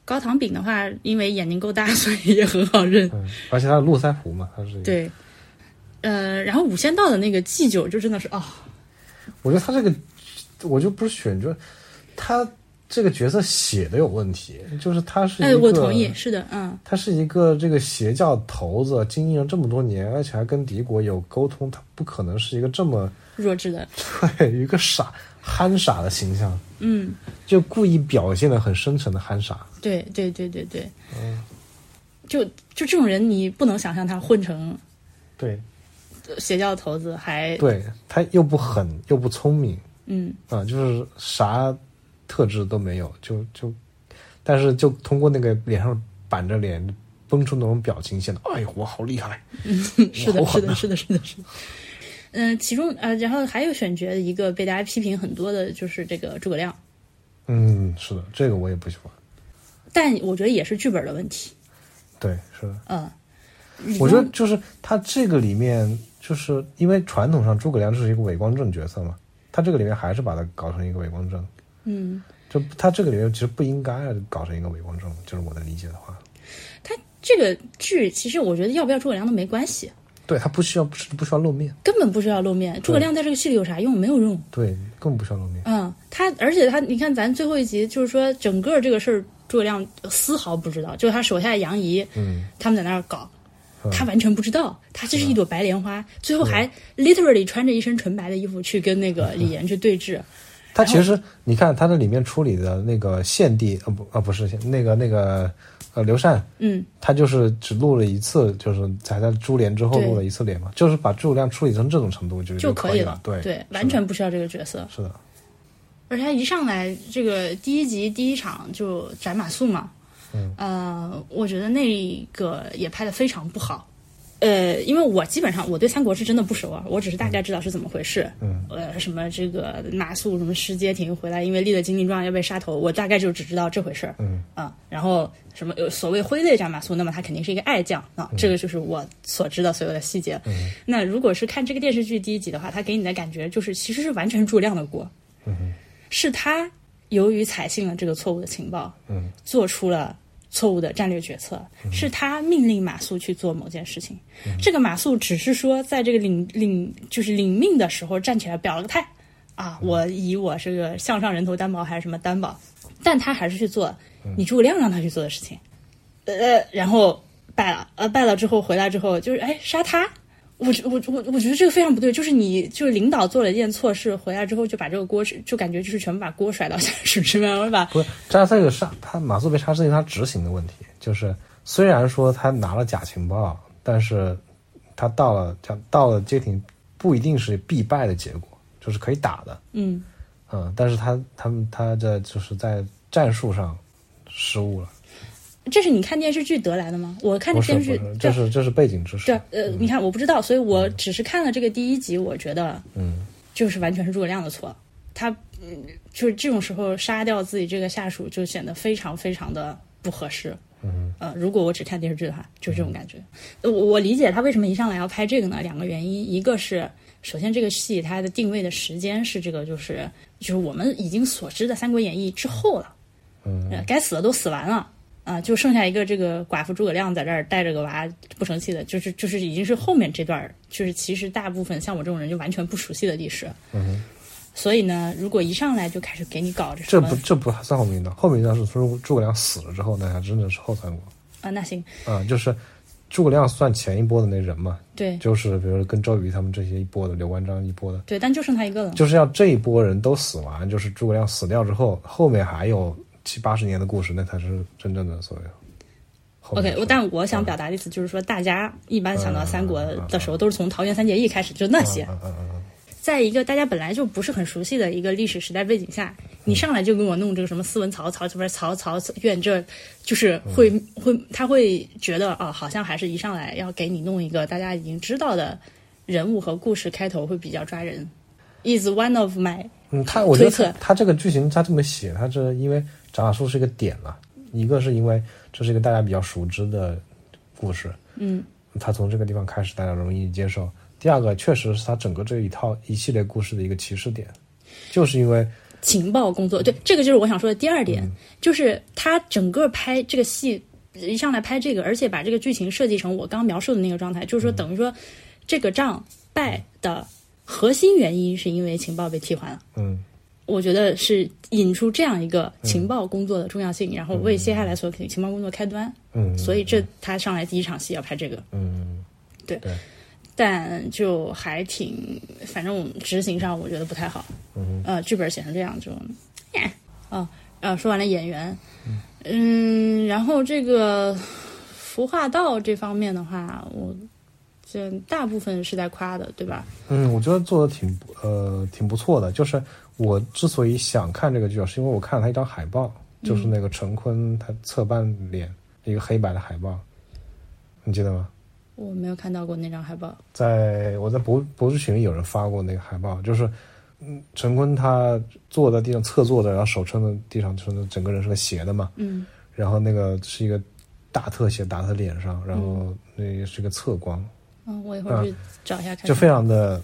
高糖饼的话，因为眼睛够大，所以也很 好认。
嗯，而且他是络腮胡嘛，他是一个，
对，呃，然后五仙道的那个祭酒就真的是哦，
我觉得他这个，我就不是选，就是他这个角色写的有问题，就是他是一个，
哎，我同意，是的，嗯，
他是一个这个邪教头子，经营了这么多年，而且还跟敌国有沟通，他不可能是一个这么
弱智的，
对一个傻憨傻的形象，
嗯，
就故意表现的很深沉的憨傻。
对对对对对，
嗯
就就这种人，你不能想象他混成呃
对，
邪教头子还
对他又不狠又不聪明
嗯。
啊、就是啥特质都没有，就就，但是就通过那个脸上板着脸绷出那种表情，显得哎呦我好厉害，
是的，
我
是的，是的，是的，是的。嗯，其中呃，然后还有选角一个被大家批评很多的，就是这个诸葛亮，
嗯，是的，这个我也不喜欢。
但我觉得也是剧本的问题。
对，是的，
嗯，
我觉得就是他这个里面，就是因为传统上诸葛亮就是一个伪光正角色嘛，他这个里面还是把他搞成一个伪光正，
嗯，
就他这个里面其实不应该搞成一个伪光正，就是我的理解的话，
他这个剧其实我觉得要不要诸葛亮都没关系，
对他不需要不需不需要露面，
根本不需要露面。诸葛亮在这个戏里有啥用？没有用。
对，根本不需要露面。
嗯，他而且他，你看咱最后一集就是说整个这个事儿，诸葛亮丝毫不知道，就是他手下的杨仪，
嗯，
他们在那儿搞
嗯。
他完全不知道，他这是一朵白莲花，最后还 literally 穿着一身纯白的衣服去跟那个李岩去对峙。
他其实你看他这里面处理的那个献帝，呃不呃不是那个那个呃刘禅，
嗯，
他就是只录了一次，就是才在株连之后
对
录了一次脸嘛，就是把诸葛亮处理成这种程度就
就
可
以
了，对
对，
是
完
的
全不需要这个角色。
是的，
而且他一上来这个第一集第一场就斩马谡嘛，
嗯
呃，我觉得那个也拍的非常不好。呃，因为我基本上我对三国志真的不熟啊，我只是大概知道是怎么回事。嗯，呃，什么这个马谡什么失街亭回来，因为立了金陵状要被杀头，我大概就只知道这回事儿。嗯啊，然后什么呃所谓挥泪斩马谡，那么他肯定是一个爱将啊，这个就是我所知道所有的细节。嗯、那如果是看这个电视剧第一集的话，它给你的感觉就是其实是完全诸葛亮的锅，
嗯、
是他由于采信了这个错误的情报，嗯，做出了。错误的战略决策是他命令马谡去做某件事情，嗯、这个马谡只是说在这个领领就是领命的时候站起来表了个态，啊，我以我这个项上人头担保还是什么担保，但他还是去做你诸葛亮让他去做的事情，呃，然后败了，呃，败了之后回来之后就是哎杀他，我我我我觉得这个非常不对，就是你就是领导做了一件错事，回来之后就把这个锅就感觉就是全部把锅甩到下属身上，我把
不是，这这个杀他马谡被杀是因为他执行的问题，就是虽然说他拿了假情报，但是他到了他到了街亭不一定是必败的结果，就是可以打的，
嗯
嗯，但是他他们他这就是在战术上失误了。
这是你看电视剧得来的吗？我看
不
电
是
视
不
剧
是，，这是嗯这是背景知识。
对，呃，你看我不知道，所以我只是看了这个第一集，我觉得，
嗯，
就是完全是诸葛亮的错，他，嗯，就是这种时候杀掉自己这个下属，就显得非常非常的不合适。
嗯，
呃，如果我只看电视剧的话，就是这种感觉。呃我我理解他为什么一上来要拍这个呢？两个原因，一个是首先这个戏它的定位的时间是这个，就是就是我们已经所知的《三国演义》之后了，
嗯
呃，该死的都死完了。啊，就剩下一个这个寡妇诸葛亮在这儿带着个娃不成器的，就是就是已经是后面这段儿，就是其实大部分像我这种人就完全不熟悉的历史，
嗯，
所以呢，如果一上来就开始给你搞这什
这
么
不这不算后面一段，后面一段是说诸葛亮死了之后，那还真的是后三国
啊，那行，
啊、就是诸葛亮算前一波的那人嘛，
对
就是比如说跟周瑜他们这些一波的，刘关张一波的，
对，但就剩他一个了，
就是要这一波人都死完，就是诸葛亮死掉之后，后面还有七八十年的故事，那才是真正的所谓后面啊嗯
OK，
的
我但我想表达的意思就是说，大家一般想到三国的时候，都是从桃园三结义开始，就那些。
嗯
在一个大家本来就不是很熟悉的一个历史时代背景下，
嗯
你上来就给我弄这个什么斯文曹曹这边曹曹远这，就是
嗯
会会他会觉得啊、好像还是一上来要给你弄一个大家已经知道的人物和故事开头会比较抓人。is one of my
嗯，他我觉得
推
他
测
他这个剧情他这么写，他这因为长马术是一个点了，一个是因为这是一个大家比较熟知的故事，
嗯，
他从这个地方开始大家容易接受。第二个确实是他整个这一套一系列故事的一个起始点，就是因为
情报工作，对，这个就是我想说的第二点，
嗯
就是他整个拍这个戏一上来拍这个，而且把这个剧情设计成我刚描述的那个状态，就是说等于说这个仗败的核心原因是因为情报被替换了。
嗯
我觉得是引出这样一个情报工作的重要性，然后为接下来所给情报工作开端。
嗯
所以这他上来第一场戏要拍这个，
嗯
但就还挺，反正执行上我觉得不太好。
嗯，
呃，剧本写成这样就，哎哦，呃，说完了演员，嗯，然后这个服化道这方面的话，我这大部分是在夸的，对吧？
嗯，我觉得做的挺不呃挺不错的。就是我之所以想看这个剧，啊，是因为我看了他一张海报，
嗯
就是那个陈坤他侧半脸一个黑白的海报，你记得吗？
我没有看到过那张海报，
在我在博博士群里有人发过那个海报，就是嗯，陈坤他坐在地上侧坐着，然后手撑在地上，就是整个人是个斜的嘛，
嗯
然后那个是一个大特写打他脸上，然后那是个侧光，
嗯，我一会儿去找一下看看。
啊就非常的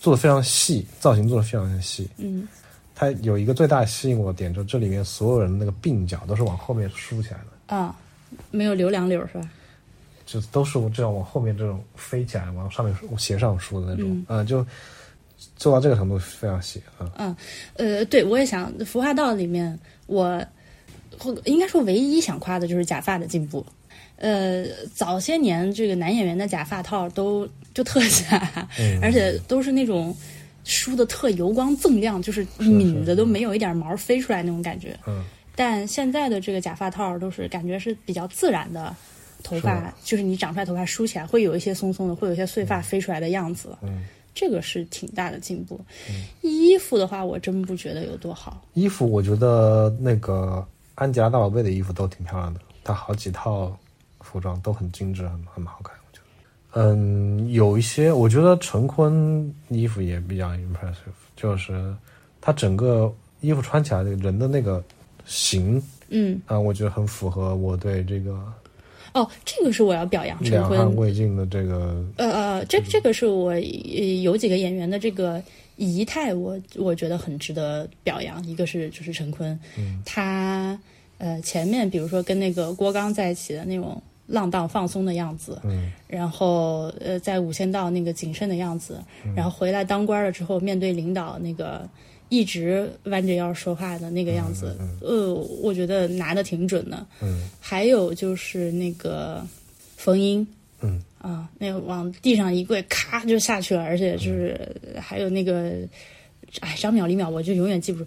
做的非常细，造型做的非常的细。
嗯
它有一个最大吸引我的点，就是这里面所有人的那个鬓角都是往后面梳起来的，
啊，没有留两绺是吧？
就都是这样往后面这种飞起来，往上面斜上梳的那种，啊、就做到这个程度非常细啊。
呃，对，我也想《服化道》里面，我或应该说唯一想夸的就是假发的进步。呃，早些年这个男演员的假发套都就特假，
嗯
而且都是那种梳的特油光锃亮，就是抿的都没有一点毛飞出来那种感觉。
嗯
但现在的这个假发套都是感觉是比较自然的头
是
发
的，
就是你长出来头发梳起来会有一些松松的，会有一些碎发飞出来的样子。
嗯
这个是挺大的进步。衣服的话，我真不觉得有多好。
衣服我觉得那个安吉拉大宝贝的衣服都挺漂亮的，她好几套服装都很精致，很很好看，我觉得。嗯，有一些我觉得陈坤衣服也比较 impressive，就是他整个衣服穿起来的人的那个型
嗯，
啊，我觉得很符合我对这个
哦，这个是我要表扬陈
两
坤，
汉魏晋的这个
呃呃，
嗯
这这个是我呃有几个演员的这个仪态我，我觉得很值得表扬。一个是就是陈坤，
嗯
他呃前面比如说跟那个郭刚在一起的那种浪荡放松的样子，
嗯
然后呃在无间道那个谨慎的样子，
嗯
然后回来当官了之后面对领导那个。一直弯着腰说话的那个样子，呃，我觉得拿的挺准的。
嗯
还有就是那个冯英，
嗯
啊，那个往地上一跪，咔就下去了，而且就是还有那个，哎，张淼、李淼，我就永远记不住，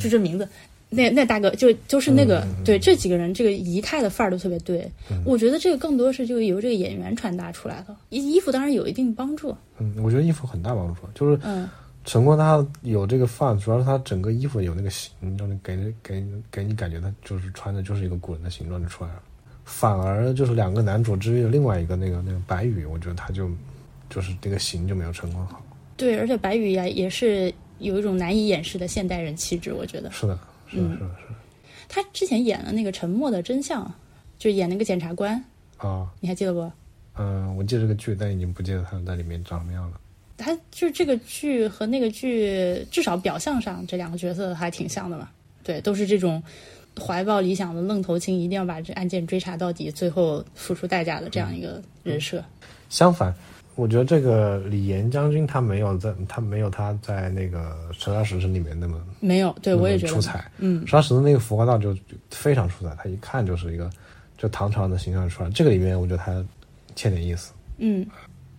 就这名字。那那大哥就就是那个、对这几个人这个仪态的范儿都特别对，我觉得这个更多是就由这个演员传达出来的。衣衣服当然有一定帮助，
嗯，我觉得衣服很大帮助，就是
嗯
陈坤他有这个范，主要是他整个衣服有那个形，让你给给给你感觉他就是穿的就是一个古人的形状就出来了。反而就是两个男主之一的另外一个那个那个白宇，我觉得他就就是这个形就没有陈坤好。
对，而且白宇呀也是有一种难以掩饰的现代人气质，我觉得。
是的，是的，是的，是
他之前演了那个《沉默的真相》，就演那个检察官，
的啊，
你还记得不？
嗯、我记得这个剧，但已经不记得他在里面长什么样了。
他就是这个剧和那个剧，至少表象上这两个角色还挺像的嘛。对，都是这种怀抱理想的愣头青，一定要把这案件追查到底，最后付出代价的这样一个人设。
嗯相反，我觉得这个李岩将军他没有在，他没有他在那个《神杀时辰》里面那么
没有，对
那
我也
么
觉
出
得，
彩。
嗯
《，沙石的那个浮夸道就就非常出彩，他一看就是一个就唐朝的形象出来。这个里面我觉得他欠点意思，
嗯，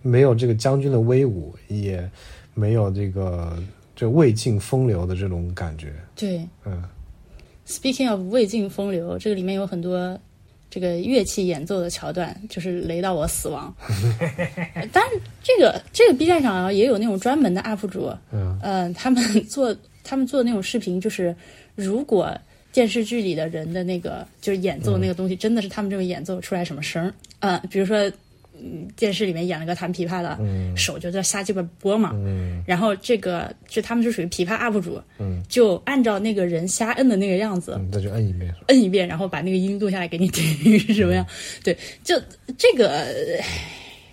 没有这个将军的威武，也没有这个这魏晋风流的这种感觉。
对。
嗯
Speaking of 魏晋风流，这个里面有很多这个乐器演奏的桥段，就是雷到我死亡。 当然，这个这个 B 站上啊也有那种专门的 UP 主，
嗯
呃，他们做他们做那种视频，就是如果电视剧里的人的那个就是演奏那个东西，真的是他们这么演奏出来什么声儿，呃，比如说，嗯，电视里面演了个弹琵琶的，手就在瞎鸡巴拨嘛，
嗯
然后这个就他们就属于琵琶 UP 主，
嗯
就按照那个人瞎摁的那个样子，
嗯，再去摁一遍。
摁一遍，然后把那个音录下来给你听， 是什么样？
嗯
对，就这个，唉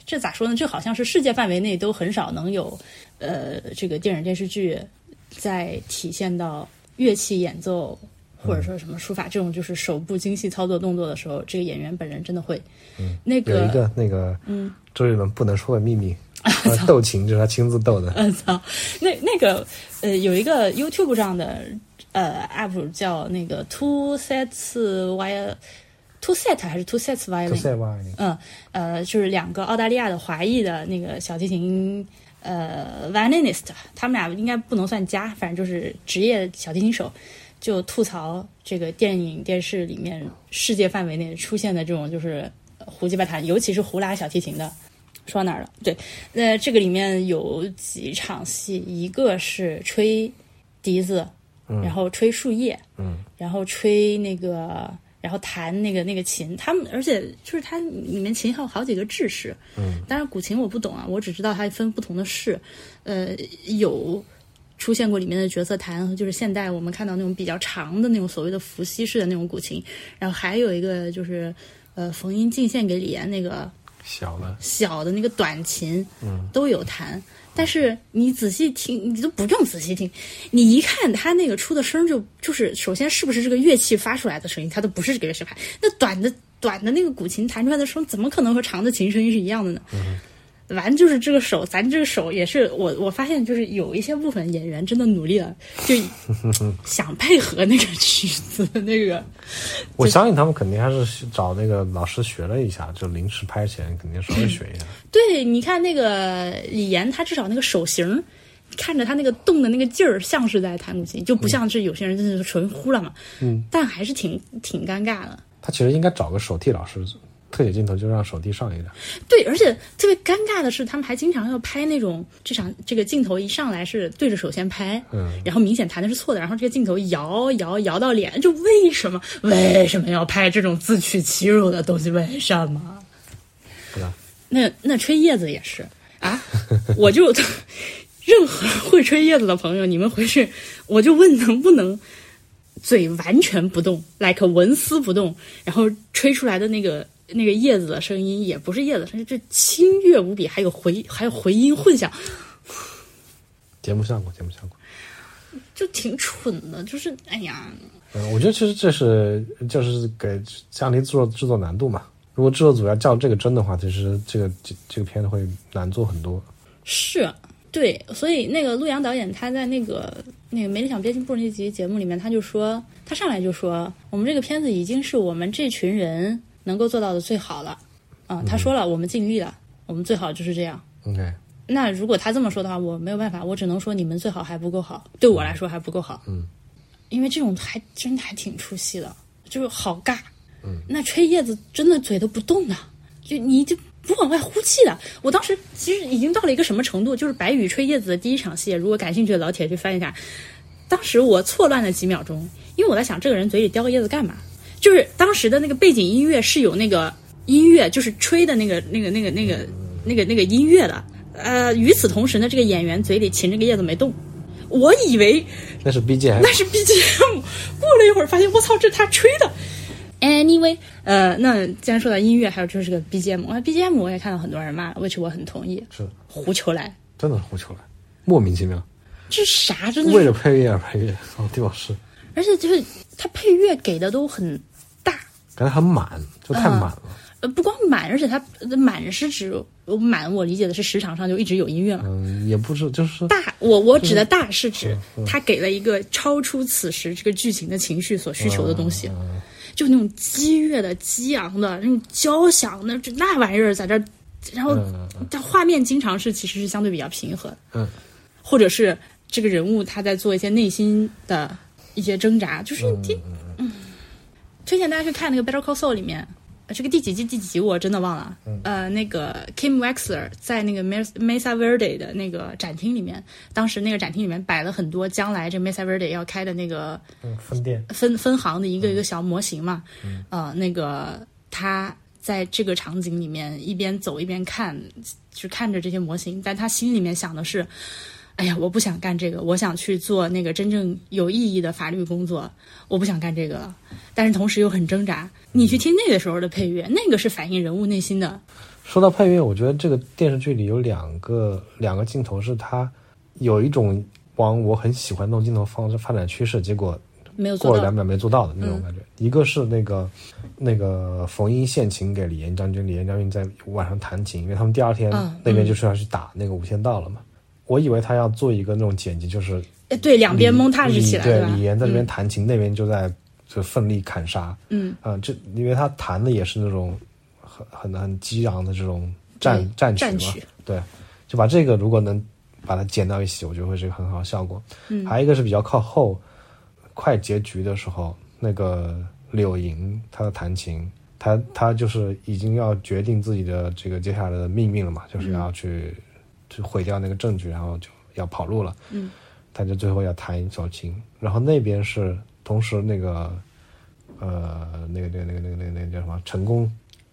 这咋说呢？这好像是世界范围内都很少能有，呃，这个电影电视剧在体现到乐器演奏或者
嗯
说什么书法这种就是手部精细操作动作的时候，这个演员本人真的会。那
嗯有一
个，
个那个嗯，周杰伦不能说的秘 密，他斗琴就是他亲自斗的。
我操， 那那个呃，有一个 YouTube 上的呃 app 叫那个 Two Sets Violin。Two set 还是 Two sets violin？
就塞吧，
嗯，呃，就是两个澳大利亚的华裔的那个小提琴，呃，violinist，他们俩应该不能算家，反正就是职业小提琴手，就吐槽这个电影、电视里面世界范围内出现的这种就是胡鸡巴弹，尤其是胡拉小提琴的。说到哪儿了？对，那这个里面有几场戏，一个是吹笛子，然后吹树叶，
嗯，
然后吹那个，然后弹那个那个琴。他们而且就是它里面琴还有好几个制式，嗯，当然古琴我不懂啊，我只知道它分不同的式，呃，有。出现过里面的角色弹，就是现代我们看到那种比较长的那种所谓的伏羲式的那种古琴，然后还有一个就是，呃，冯英进献给李岩那个
小的，
小的那个短琴，都有弹。但是你仔细听，你都不用仔细听，你一看它那个出的声儿就就是，首先是不是这个乐器发出来的声音，它都不是这个乐器发。那短的短的那个古琴弹出来的声，怎么可能和长的琴声音是一样的呢？完就是这个手，咱这个手也是我我发现就是有一些部分演员真的努力了，就想配合那个曲子的那个
我相信他们肯定还是找那个老师学了一下，就临时拍前肯定稍 微学一下。
对，你看那个李岩，他至少那个手型儿，看着他那个动的那个劲儿，像是在弹古琴，就不像是有些人真的是纯呼啦嘛。嗯，但还是挺挺尴尬的。
他其实应该找个手替老师，特写镜头就让手替上一点。
对，而且特别尴尬的是，他们还经常要拍那种这场这个镜头一上来是对着手先拍，
嗯，
然后明显弹的是错的，然后这个镜头摇摇摇到脸，就为什么为什么要拍这种自取其辱的东西？为什么？
对吧？
那那吹叶子也是啊， 我就任何会吹叶子的朋友，你们回去我就问能不能嘴完全不动，like 纹丝不动，然后吹出来的那个那个叶子的声音也不是叶子声音，这清越无比，还有回还有回音混响，
节目上过，节目上过。
就挺蠢的，就是哎呀，
嗯，我觉得其实这是就是给降低制作制作难度嘛。如果制作组要较这个真的话，其实这个这这个片子会难做很多。
是对，所以那个陆阳导演他在那个那个《美理想编辑部》那集节目里面，他就说，他上来就说，我们这个片子已经是我们这群人能够做到的最好了，啊、他说了，我们尽力了，我们最好就是这样。
OK，
那如果他这么说的话，我没有办法，我只能说你们最好还不够好，对我来说还不够好。
嗯，
因为这种还真的还挺出戏的，就是好尬。嗯，那吹叶子真的嘴都不动的，就你就不往外呼气的。我当时其实已经到了一个什么程度，就是白宇吹叶子的第一场戏，如果感兴趣的老铁去翻一下。当时我错乱了几秒钟，因为我在想这个人嘴里叼个叶子干嘛？就是当时的那个背景音乐是有那个音乐，就是吹的那个那个那个那个那个那个音乐的。呃，与此同时呢，这个演员嘴里擒着个叶子没动，我以为
那是 BGM
那是 BGM。过了一会儿，发现我操，这是他吹的。Anyway，呃，那既然说到音乐，还有就是这个 BGM，啊，BGM 我也看到很多人骂，which 我很同意，
是
胡球来，
真的是胡球来，莫名其妙，
这是啥真的
为
是，
了配乐而配乐，哦，地老师
而且就是他配乐给的都很大，
感觉很满，就太满了。
呃，不光满，而且他呃满是指我满，我理解的是市场上就一直有音乐嘛，
嗯，也不是，就是
大，我我指的大是
嗯
指他给了一个超出此时这个剧情的情绪所需求的东
嗯
西，就那种激越的、激昂的、那种交响的，就那玩意儿在这儿，然后
嗯
但画面经常是其实是相对比较平和的，
嗯，
或者是这个人物他在做一些内心的一些挣扎，就是你，嗯，推荐大家去看那个《Better Call Saul》里面。呃这个第几季第几集我真的忘了，呃，那个 Kim Wexler 在那个 Mes- Mesa Verde 的那个展厅里面，当时那个展厅里面摆了很多将来这 Mesa Verde 要开的那个
嗯，分店
分分行的一
嗯
个一个小模型嘛，呃，那个他在这个场景里面一边走一边看，就看着这些模型，但他心里面想的是，哎呀，我不想干这个，我想去做那个真正有意义的法律工作，我不想干这个了。但是同时又很挣扎。
嗯
你去听那个时候的配乐，那个是反映人物内心的，
说到配乐，我觉得这个电视剧里有两个两个镜头是它有一种往我很喜欢那种镜头方式发展趋势，结果
没有做
过了两
到。嗯
秒没做到的那种感觉。一个是那个那个冯英献琴给李岩将军，李岩将军在晚上弹琴，因为他们第二天
嗯
那边就是要去打那个无间道了嘛。我以为他要做一个那种剪辑，就是
哎，对，两边蒙踏
李
实起来，
对
吧
李？岩在这边弹琴，那边就在就奋力砍杀。
嗯，
啊、这因为他弹的也是那种很很很激昂的这种战战
对
曲嘛，
嗯战曲
对，就把这个如果能把它剪到一起，我觉得会是一个很好的效果。嗯，还有一个是比较靠后快结局的时候，那个柳莹她的弹琴，她她就是已经要决定自己的这个接下来的命运了
嗯
嘛，就是要去、去毁掉那个证据，然后就要跑路了。
嗯，
她就最后要弹一首琴，然后那边是同时那个呃，那个那个那个那个那个那个叫什么？成功，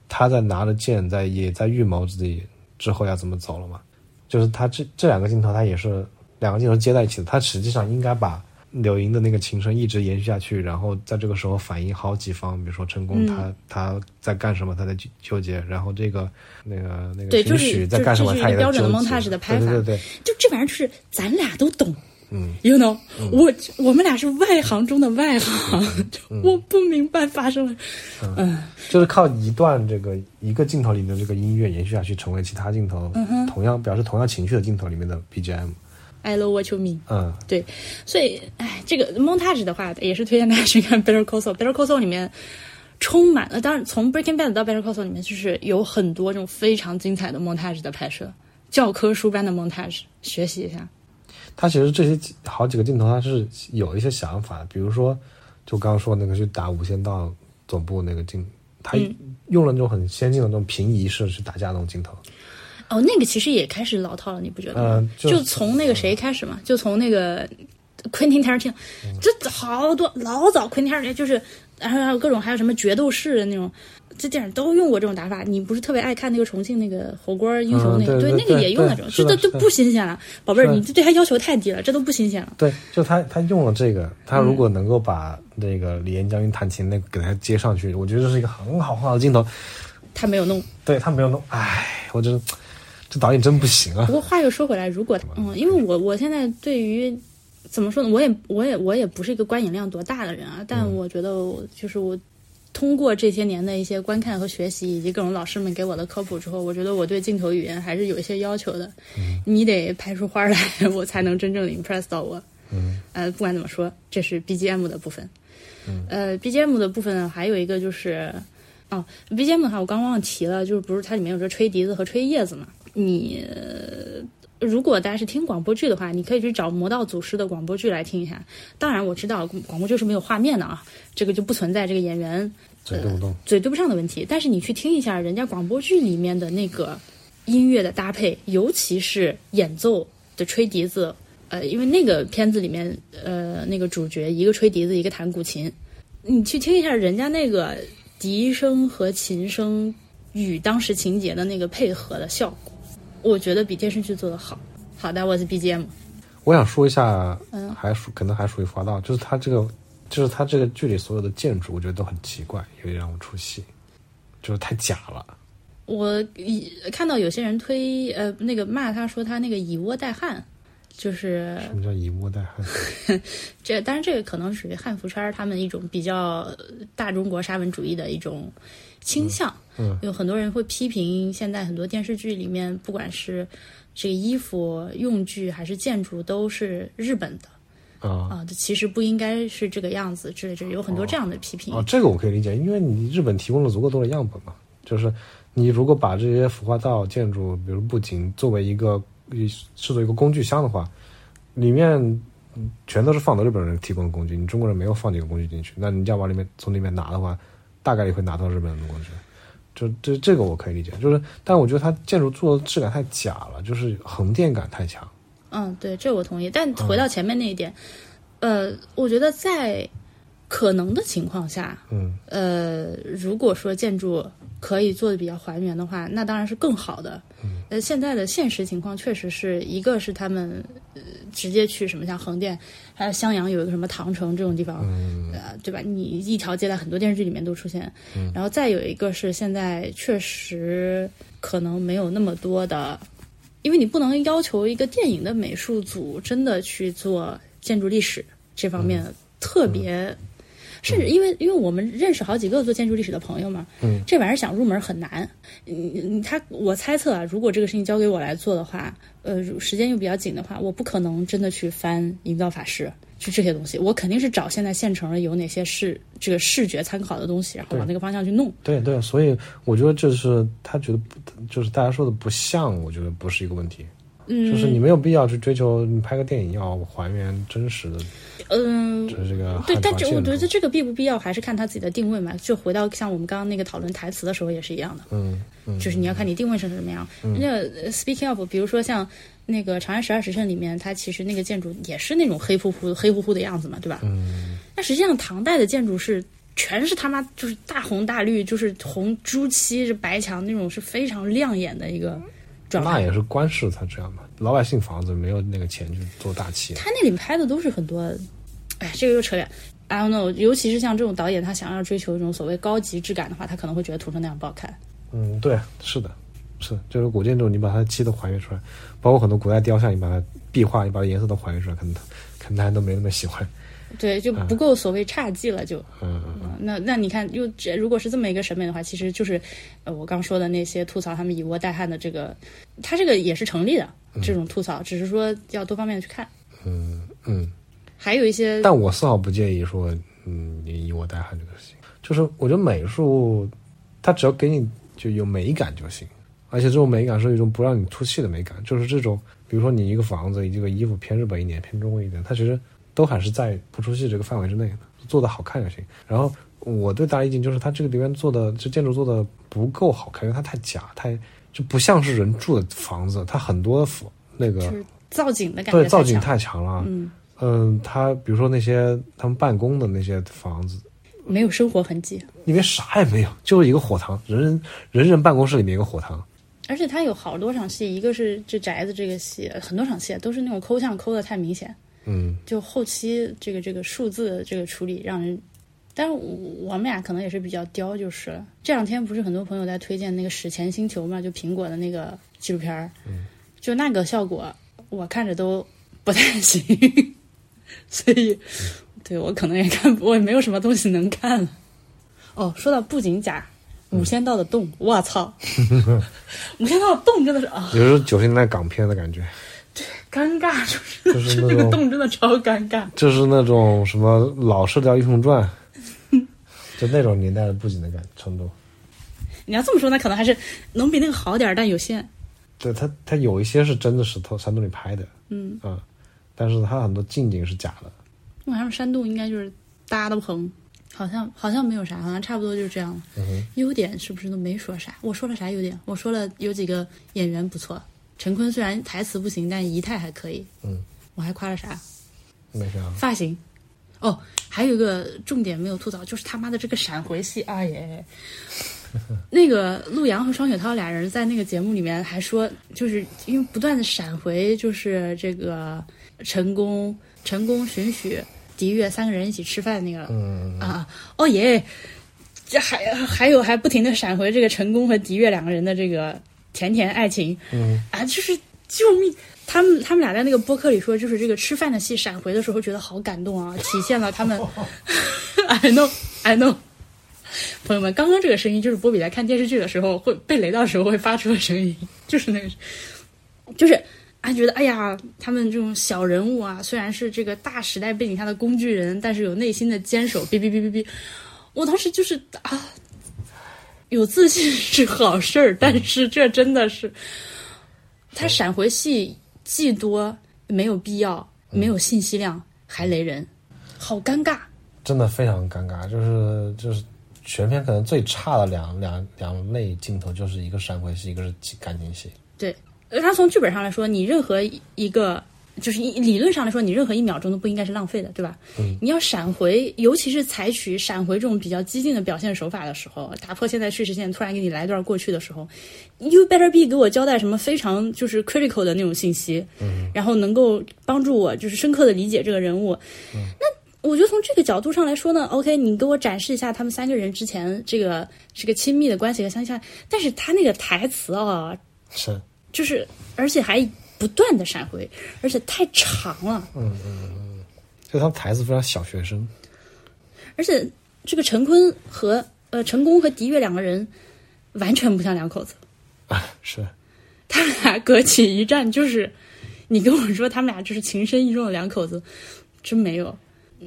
他在拿着剑在也在预谋自己之后要怎么走了嘛？就是他这这两个镜头，他也是两个镜头接在一起的。他实际上应该把柳莹的那个琴声一直延续下去，然后在这个时候反映好几方，比如说成功他、他在干什么，他在纠纠结，然后这个那个那个
对
秦
就是
许在
就
干什
这
么，
是一
他
个
也在
标准的
纠
蒙太
结
式的拍法
对对对对，
就这玩意儿，就是咱俩都懂。
嗯
，you know，、我我们俩是外行中的外行，就 我不明白发生了。
就是靠一段这个一个镜头里的这个音乐延续下去，成为其他镜头、同样表示同样情绪的镜头里面的 BGM。
I love what you mean。
嗯，
对，所以哎，这个 montage 的话，也是推荐大家去看《Better Call Saul》。《Better Call Saul》里面充满了，当然从《Breaking Bad》到《Better Call Saul》里面，就是有很多这种非常精彩的 montage 的拍摄，教科书般的 montage，学习一下。
他其实这些好几个镜头，他是有一些想法，比如说，就刚刚说那个去打无间道总部那个镜，他用了那种很先进的那种平移式去打架那种镜头。
哦，那个其实也开始老套了，你不觉得吗？
嗯就
就从那个谁开始嘛，就从那个 Quentin Tarantino，这好多老早 Quentin Tarantino 就是，然后还有各种还有什么决斗士的那种，这电影都用过这种打法。你不是特别爱看那个重庆那个火锅英雄那个，
嗯对对
那个
对
也用了这
对
种，
是
这
的
都就是
的
不新鲜了。宝贝儿，
是的
你这对他要求太低了，这都不新鲜了。
对，就他他用了这个，他如果能够把那个李岩将军弹琴那个给他接上去，我觉得这是一个很好很好的镜头。
他没有弄。
对他没有弄，唉，我真这导演真不行啊
不。过话又说回来，如果嗯，因为我我现在对于怎么说呢，我也我也我也不是一个观影量多大的人啊，但我觉得我就是我通过这些年的一些观看和学习，以及各种老师们给我的科普之后，我觉得我对镜头语言还是有一些要求的。你得拍出花来，我才能真正的 impress 到我。
嗯
呃，不管怎么说，这是 BGM 的部分。呃，BGM 的部分还有一个就是，哦，BGM 的话，我刚忘提了，就是不是它里面有这吹笛子和吹叶子嘛？你呃如果大家是听广播剧的话，你可以去找《魔道祖师》的广播剧来听一下。当然，我知道广播剧是没有画面的啊，这个就不存在这个演员
嘴动不动，
嘴对不上的问题。但是你去听一下人家广播剧里面的那个音乐的搭配，尤其是演奏的吹笛子，呃，因为那个片子里面，呃，那个主角一个吹笛子，一个弹古琴，你去听一下人家那个笛声和琴声与当时情节的那个配合的效果，我觉得比电视剧做的好。好的，我是 BGM。
我想说一下，
嗯
还属可能还属于华道，就是他这个，就是他这个剧里所有的建筑，我觉得都很奇怪，有点让我出戏，就是太假了。
我以看到有些人推呃那个骂他说他那个以窝代汉，就是
什么叫以窝代汉？
这当然，这个可能属于汉服圈儿他们一种比较呃大中国沙文主义的一种倾向。
嗯嗯
有很多人会批评现在很多电视剧里面，不管是这个衣服、用具还是建筑，都是日本的
啊、
啊，这其实不应该是这个样子之类之类，有很多这样的批评。
哦，这个我可以理解，因为你日本提供了足够多的样本嘛。就是你如果把这些腐化道建筑，比如布景，作为一个一视作一个工具箱的话，里面嗯全都是放的日本人提供的工具，你中国人没有放这个工具进去，那你要往里面从里面拿的话，大概率会拿到日本人的工具。就这这个我可以理解，就是，但我觉得它建筑做的质感太假了，就是横店感太强。
嗯，对，这我同意。但回到前面那一点，呃，我觉得在可能的情况下，
嗯
呃，如果说建筑可以做的比较还原的话，那当然是更好的。呃，现在的现实情况确实是一个是他们、呃、直接去什么像横店，还有襄阳有一个什么唐城这种地方，
嗯
呃，对吧？你一条街在很多电视剧里面都出现，然后再有一个是现在确实可能没有那么多的，因为你不能要求一个电影的美术组真的去做建筑历史这方面特别，甚至因为因为我们认识好几个做建筑历史的朋友嘛，
嗯
这玩意儿想入门很难。你你他我猜测啊，如果这个事情交给我来做的话，呃，时间又比较紧的话，我不可能真的去翻《营造法师》就这些东西，我肯定是找现在现成的有哪些视这个视觉参考的东西，然后往那个方向去弄。
对对，所以我觉得这是他觉得不，就是大家说的不像，我觉得不是一个问题，
嗯，
就是你没有必要去追求你拍个电影要还原真实的，
嗯、
就是这个
对
汉，
但
化
这
建
我觉得
筑
这个必不必要，还是看他自己的定位嘛。就回到像我们刚刚那个讨论台词的时候也是一样的，
嗯嗯，
就是你要看你定位成什么样。那个呃 speaking of，比如说像那个《长安十二时辰》里面，它其实那个建筑也是那种黑乎乎、黑乎乎的样子嘛，对吧？
嗯
但实际上，唐代的建筑是全是他妈就是大红大绿，就是红朱漆、是白墙那种，是非常亮眼的一个状
那
态。
也是官式才这样嘛，老百姓房子没有那个钱去做大啊气，
他那里拍的都是很多，哎，这个又扯远。I don't know，尤其是像这种导演，他想要追求一种所谓高级质感的话，他可能会觉得涂成那样不好看。
嗯，对，是的，是的就是古建筑你把它漆都还原出来，包括很多古代雕像，你把它壁画，你把它颜色都还原出来，可能可能大家都没那么喜欢，
对，就不够所谓差劲了，就。
嗯嗯
嗯那那你看，又这如果是这么一个审美的话，其实就是，呃，我刚说的那些吐槽他们以窝代汉的这个，他这个也是成立的，这种吐槽，只是说要多方面的去看。
嗯嗯。
还有一些
但我丝毫不介意说，嗯，你以我代汉这个事情，就是我觉得美术，它只要给你就有美感就行，而且这种美感是一种不让你出戏的美感，就是这种，比如说你一个房子，一个衣服偏日本一点，偏中国一点，它其实都还是在不出戏这个范围之内的，做的好看就行。然后我对大家意见就是，它这个里面做的这建筑做的不够好看，因为它太假，太就不像是人住的房子，它很多房那个
就是造景的感觉
对
太强，
造景太强了，
嗯，
嗯，他比如说那些他们办公的那些房子，
没有生活痕迹，
里面啥也没有，就是一个火塘，人人人人办公室里面一个火塘。
而且它有好多场戏，一个是这宅子这个戏，很多场戏都是那种抠像抠的太明显，
嗯，
就后期这个这个数字的这个处理让人，但是我我们俩可能也是比较刁就是了。这两天不是很多朋友在推荐那个《史前星球》嘛，就苹果的那个纪录片儿，
嗯，
就那个效果我看着都不太行， 所以对我可能也看不，我也没有什么东西能看了。哦，说到布景甲。五仙道的洞，我操！五仙道的洞真的是啊，
有时候九十年代港片的感觉，
尴尬，就是
就是
就
那
那个
种
洞真的超尴尬。
就是那种什么老射雕英雄传，就那种年代的布景的感程度。
你要这么说，那可能还是能比那个好点儿，但有限。
对，它它有一些是真的石头山洞里拍的，
嗯，
啊、但是它很多近景是假的。
那好像山洞应该就是搭的棚，好像好像没有啥，好像差不多就是这样了。
嗯哼，
优点是不是都没说啥？我说了啥优点？我说了有几个演员不错，陈坤虽然台词不行，但仪态还可以。
嗯，
我还夸了啥？
没啥。
发型。哦，还有一个重点没有吐槽，就是他妈的这个闪回戏，哎耶！那个陆阳和双雪涛俩人在那个节目里面还说，就是因为不断的闪回，就是这个陈宫、陈宫、荀许、狄月三个人一起吃饭那个、
嗯，
啊，哦耶！这还还有还不停的闪回这个陈宫和狄月两个人的这个甜甜爱情，
嗯
啊，就是救命！他们他们俩在那个播客里说，就是这个吃饭的戏闪回的时候，觉得好感动啊， 体现了他们。I know, I know。朋友们，刚刚这个声音就是波比在看电视剧的时候会被雷到的时候会发出的声音，就是那个，就是啊，觉得哎呀，他们这种小人物啊，虽然是这个大时代背景下的工具人，但是有内心的坚守，哔哔哔哔哔。我当时就是啊，有自信是好事儿，但是这真的是，他闪回戏既多，没有必要，没有信息量，还雷人，好尴尬。
真的非常尴尬，就是就是全片可能最差的两两两类镜头，就是一个闪回戏，一个是感情戏。
对，呃，他从剧本上来说，你任何一个。就是一理论上来说，你任何一秒钟都不应该是浪费的，对吧？
嗯
你要闪回，尤其是采取闪回这种比较激进的表现手法的时候，打破现在叙事线，突然给你来段过去的时候，You better be 给我交代什么非常就是 critical 的那种信息，嗯、然后能够帮助我就是深刻的理解这个人物。那我觉得从这个角度上来说呢，OK，你给我展示一下他们三个人之前这个这个亲密的关系和相像，但是他那个台词啊、
是，
就是而且还不断的闪回，而且太长了，
就他们台词非常小学生。
而且这个陈坤和呃陈宫和狄月两个人完全不像两口子，
啊，是，
他们俩隔起一站就是，你跟我说他们俩就是情深意重的两口子，真没有。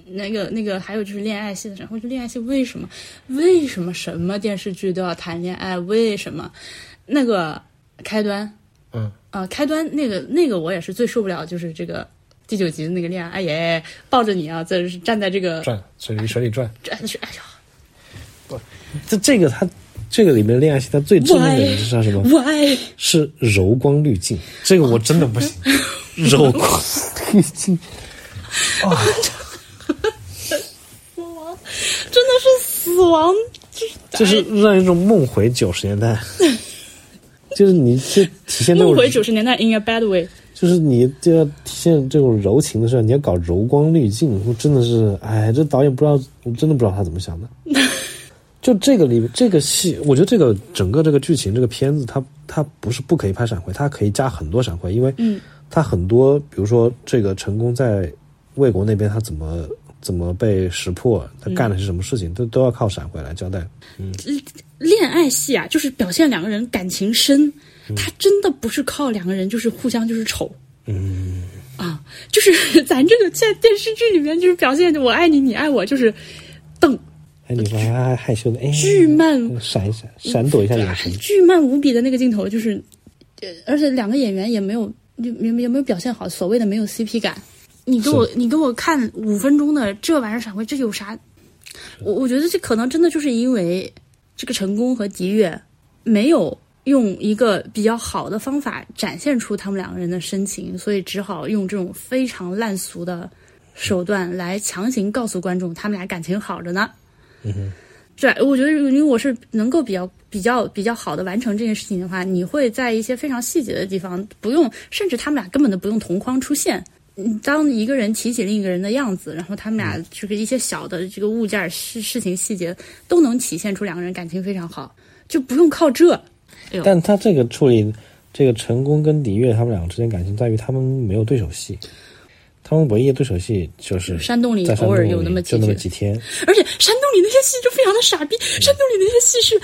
那个那个还有就是恋爱戏的，然后就恋爱戏为什么为什么什么电视剧都要谈恋爱？为什么那个开端
嗯，
啊，开端那个那个我也是最受不了，就是这个第九集的那个恋爱，哎耶，抱着你啊，在站在这个
转水里水里转，
站去，哎呀，
这这个它这个里面的恋爱戏，它最致命的点是啥什么？
喂，
是柔光滤镜，嗯这个我真的不行， 柔光滤镜，
真的是死亡，
就是让人一种梦回九十年 代，就是你这体现那
梦
种
回九十年代 in a bad way，
就是你就要体现这种柔情的事儿，你要搞柔光滤镜，我真的是，哎，这导演不知道，我真的不知道他怎么 想的。就这个里面这个戏，我觉得这个整个这个剧情这个片子，它它不是不可以拍闪回，它可以加很多闪回，因为
嗯
它很多，比如说这个成功在魏国那边他怎么怎么被识破，他干的是什么事情，
嗯
都都要靠闪回来交代。
恋爱戏啊，就是表现两个人感情深，他真的不是靠两个人就是互相就是丑，嗯，啊， 就是咱这个在电视剧里面就是表现我爱你，你爱我，就是瞪
哎， 你还还害羞的，哎，
巨慢
闪一闪，闪躲一下眼神，
巨慢无比的那个镜头，就是，呃而且两个演员也没有也也也没有表现好，所谓的没有 CP 感。你给我你给我看五分钟的这玩意儿闪回，这有啥？我我觉得这可能真的就是因为这个陈宫和狄月没有用一个比较好的方法展现出他们两个人的深情，所以只好用这种非常烂俗的手段来强行告诉观众他们俩感情好着呢。对，我觉得如果我是能够比较比较比较好的完成这件事情的话，你会在一些非常细节的地方不用，甚至他们俩根本都不用同框出现。嗯，当一个人提起另一个人的样子，然后他们俩就是一些小的这个物件儿事事情细节，都能体现出两个人感情非常好，就不用靠这。
但他这个处理，这个成功跟李月他们两个之间感情在于他们没有对手戏，他们唯一的对手戏就是
山洞里
在山
偶尔
洞
有
里
那么
就
几
那么
句
几天，
而且山洞里那些戏就非常的傻逼，
嗯
山洞里那些戏是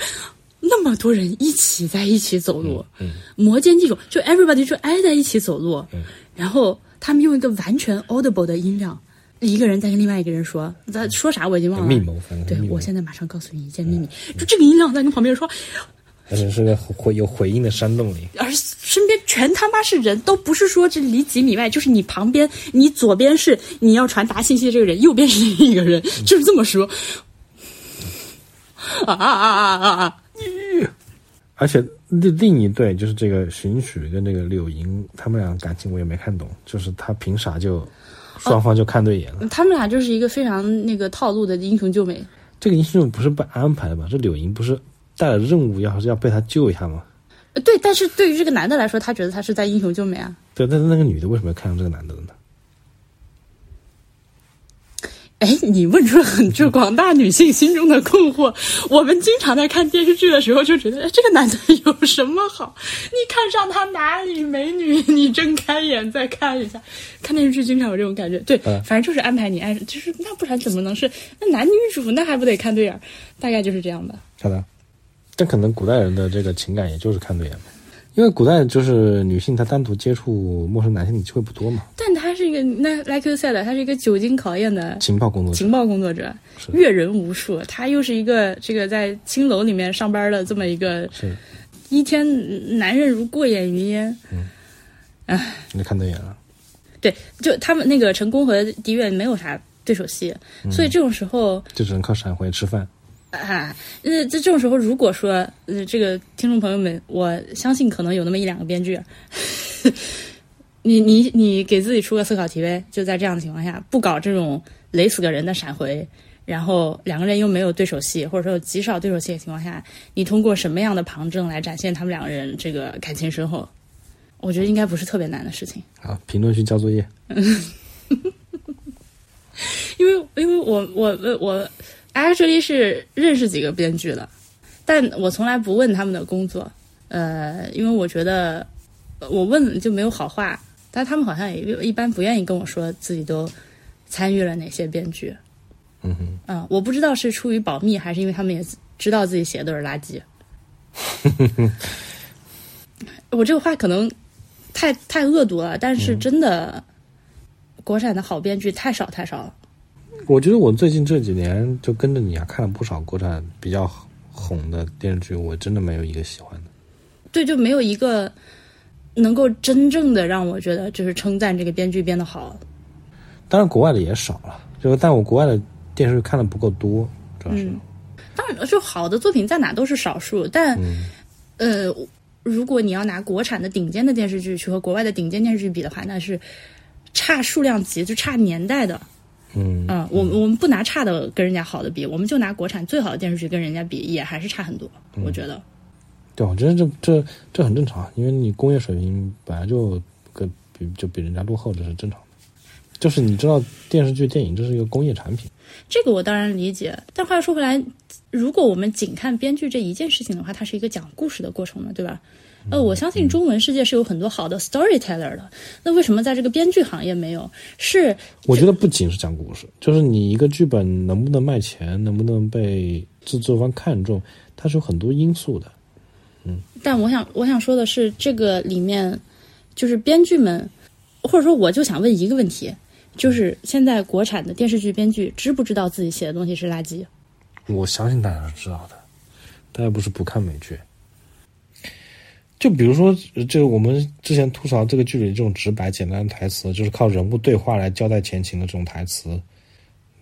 那么多人一起在一起走路，
嗯
摩肩这种就 everybody 就挨在一起走路，然后他们用一个完全 audible 的音量，一个人在跟另外一个人说，他说啥我已经忘
密
了。
谋，反正
对
密谋
我现在马上告诉你一件秘密，就这个音量在跟旁边说，
而且是个回有回音的山洞里，
而身边全他妈是人，都不是说这离几米外，就是你旁边，你左边是你要传达信息的这个人，右边是另一个人，就是这么说。啊啊啊啊啊啊！
而且另另一对就是这个荀曲跟这个柳莹，他们俩感情我也没看懂，就是他凭啥就双方就看对眼了？
他们俩就是一个非常那个套路的英雄救美。
这个英雄不是被安排的吗？这柳莹不是带了任务要要被他救一下吗？
呃对，但是对于这个男的来说，他觉得他是在英雄救美啊。
对，但是那个女的为什么要看上这个男的呢？
哎，你问出了很就广大女性心中的困惑。 我们经常在看电视剧的时候就觉得，哎，这个男的有什么好？你看上他哪里美女？你睁开眼再看一下， 看电视剧经常有这种感觉。对，
嗯
反正就是安排你爱，就是那不然怎么能是那男女主那还不得看对眼儿？大概就是这样吧。
好的，但可能古代人的这个情感也就是看对眼嘛，因为古代就是女性她单独接触陌生男性的机会不多嘛，
但他是一个那 like you said，他是一个久经考验的
情报工作者
情报工作者，
是
阅人无数。他又是一个这个在青楼里面上班的这么一个，
是
一天男人如过眼云烟。
你看对眼了，
对，就他们那个成功和狄远没有啥对手戏，所以这种时候
就只能靠闪回吃饭。
啊，呃，在这种时候，如果说呃，这个听众朋友们，我相信可能有那么一两个编剧，啊 你你你给自己出个思考题呗，就在这样的情况下，不搞这种雷死个人的闪回，然后两个人又没有对手戏，或者说有极少对手戏的情况下，你通过什么样的旁证来展现他们两个人这个感情深厚？我觉得应该不是特别难的事情。
好，啊评论区交作业，
因为因为我我我我 actually 是认识几个编剧的，但我从来不问他们的工作，呃，因为我觉得呃我问了就没有好话，但他们好像也一般不愿意跟我说自己都参与了哪些编剧，
嗯哼，
嗯、我不知道是出于保密还是因为他们也知道自己写的都是垃 圾。我这个话可能太太恶毒了，但
嗯
是真的，国产的好编剧太少太少了。
我觉得我最近这几年就跟着你啊，看了不少国产比较红的电视剧，我真的没有一个喜欢的。
对，就没有一个能够真正的让我觉得就是称赞这个编剧编得好。
当然国外的也少了，就但我国外的电视剧看的不够多，主要是、
当然，就好的作品在哪都是少数，但、呃，如果你要拿国产的顶尖的电视剧去和国外的顶尖电视剧比的话，那是差数量级，就差年代的。
嗯
嗯，我们我们不拿差的跟人家好的比，我们就拿国产最好的电视剧跟人家比，也还是差很多。我觉得，
对，啊我觉得这这这很正常，啊因为你工业水平本来就跟比就比人家落后，这是正常的。就是你知道电视剧、电影这是一个工业产品，
这个我当然理解，但话又说回来，如果我们仅看编剧这一件事情的话，它是一个讲故事的过程嘛，对吧？呃，我相信中文世界是有很多好的 storyteller 的，那为什么在这个编剧行业没有？是
我觉得不仅是讲故事，就是你一个剧本能不能卖钱，能不能被制作方看中，它是有很多因素的。
但我想我想说的是，这个里面就是编剧们，或者说我就想问一个问题，就是现在国产的电视剧编剧知不知道自己写的东西是垃圾？
我相信大家是知道的，大家不是不看美剧。就比如说，呃就我们之前吐槽这个剧里这种直白简单的台词，就是靠人物对话来交代前情的这种台词，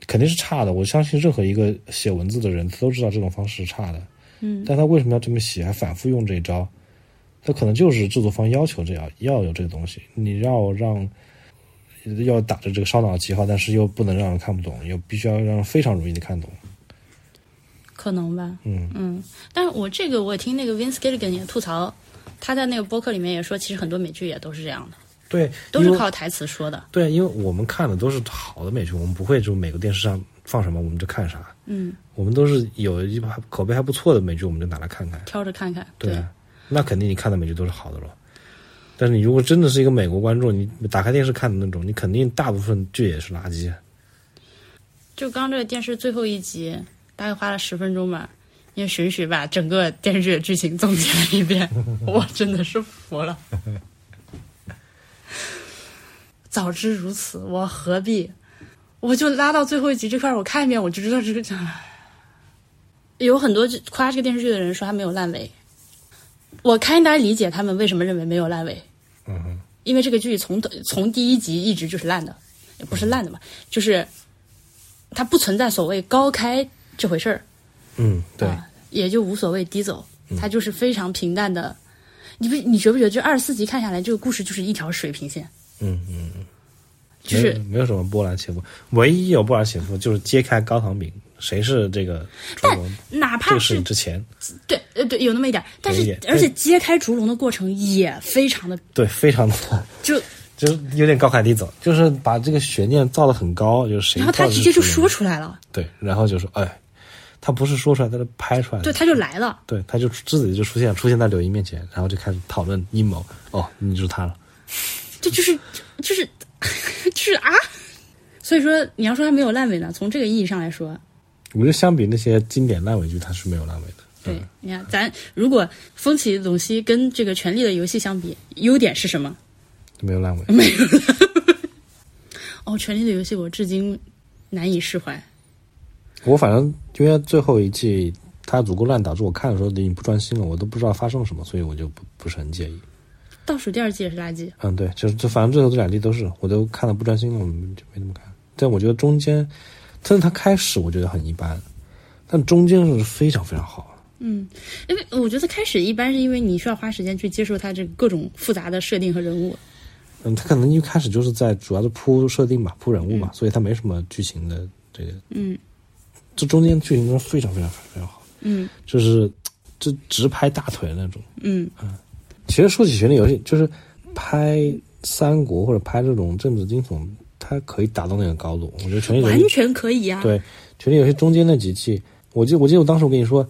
肯定是差的。我相信任何一个写文字的人都知道这种方式是差的。嗯，但他为什么要这么写，还反复用这一招？他可能就是制作方要求这样要有这个东西，你要让要打着这个烧脑的旗号，但是又不能让人看不懂，又必须要让人非常容易的看懂。
可能吧。
嗯
嗯，但是我这个我听那个 Vince Gilligan 也吐槽，他在那个播客里面也说，其实很多美剧也都是这样的，
对，
都是
因为
靠台词说的。
对，因为我们看的都是好的美剧，我们不会就每个电视上放什么我们就看啥，
嗯，
我们都是有一把口碑还不错的美剧，我们就拿来看看。
挑着看看。
对，那肯定你看的美剧都是好的咯。但是你如果真的是一个美国观众，你打开电视看的那种，你肯定大部分剧也是垃圾。嗯
就刚这个电视最后一集，大概花了十分钟吧，也允许把整个电视剧的剧情总结了 一遍，我真的是服了。早知如此，我何必？我就拉到最后一集这块儿，我看一遍我就知道这个。唉有很多就夸这个电视剧的人说它没有烂尾，我开大理解他们为什么认为没有烂尾，
嗯哼，
因为这个剧从头从第一集一直就是烂的，也不是烂的嘛，就是它不存在所谓高开这回事儿，
嗯，对，嗯
啊，也就无所谓低走，它就是非常平淡的。你不你觉不觉得这二十四集看下来，这个故事就是一条水平线，
嗯嗯，嗯
就
没
是
有没有什么波澜起伏，唯一有波澜起伏就是揭开高糖饼，谁是哎这个主人公？
哪
这
怕
个
是
事情之前，
对呃对有那么一点儿，但
有一
是
点
而且揭开烛笼的过程也非常的
对，非常的，
就，
就是有点高开低走，就是把这个悬念造得很高，就是谁
然后他
到底是
直接就
主人
说出来了，
对，然后就说，哎，他不是说出来，他是拍出来的。
对，他就来了。
对，他就自己就出现，出现在柳莹面前，然后就开始讨论阴谋。哦，你就是他了。
这就是就是 就是啊！ 所以说，你要说它没有烂尾呢，从这个意义上来说，
我觉得相比那些经典烂尾剧，他是没有烂尾的。嗯
对，你看，咱如果《风起陇西》跟这个《权力的游戏》相比，优点是什么？
没有烂尾。
哦，《权力的游戏》我至今难以释怀。
我反正因为最后一季它足够烂，导致我看的时候已经不专心了，我都不知道发生了什么，所以我就不不是很介意。
倒数第二季也是垃圾，
嗯，对，就是这反正最后这两季都是，我都看的不专心了，我们就没怎么看。但我觉得中间，但是它开始我觉得很一般，但中间是非常非常好。
因为我觉得开始一般是因为你需要花时间去接受它这各种复杂的设定和人物，
嗯，他可能一开始就是在主要是铺设定吧，铺人物嘛，所以他没什么剧情的这个。
嗯，
这中间剧情真的非常非常非常好，
嗯
就是这直拍大腿的那种。
嗯，
其实说起权力游戏，就是拍三国或者拍这种政治惊悚，它可以达到那个高度。我觉得权力游
完
戏
全可以啊。
对权力游戏中间那几季，我记我记得我当时我跟你说，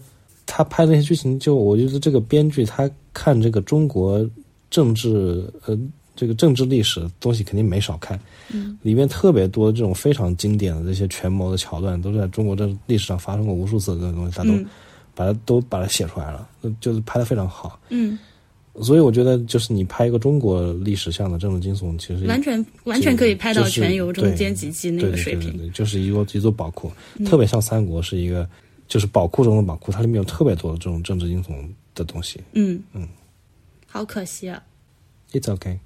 他拍的那些剧情就，我觉得这个编剧他看这个中国政治呃这个政治历史的东西肯定没少看，嗯，里面特别多这种非常经典的这些权谋的桥段，都是在中国的历史上发生过无数次的这种东西，他都、
嗯
把它都把它写出来了，呃就是拍的非常好。
嗯，
所以我觉得，就是你拍一个中国历史上的政治惊悚，其实
完全完全可以拍到
就是
全游中
对
间几季那
对
个
对
水
对
平
对。对，就是一个一座宝库，特别像三国是一个，就是宝库中的宝库，它里面有特别多的这种政治英雄的东西。
嗯
嗯，
好可惜啊。
It's okay，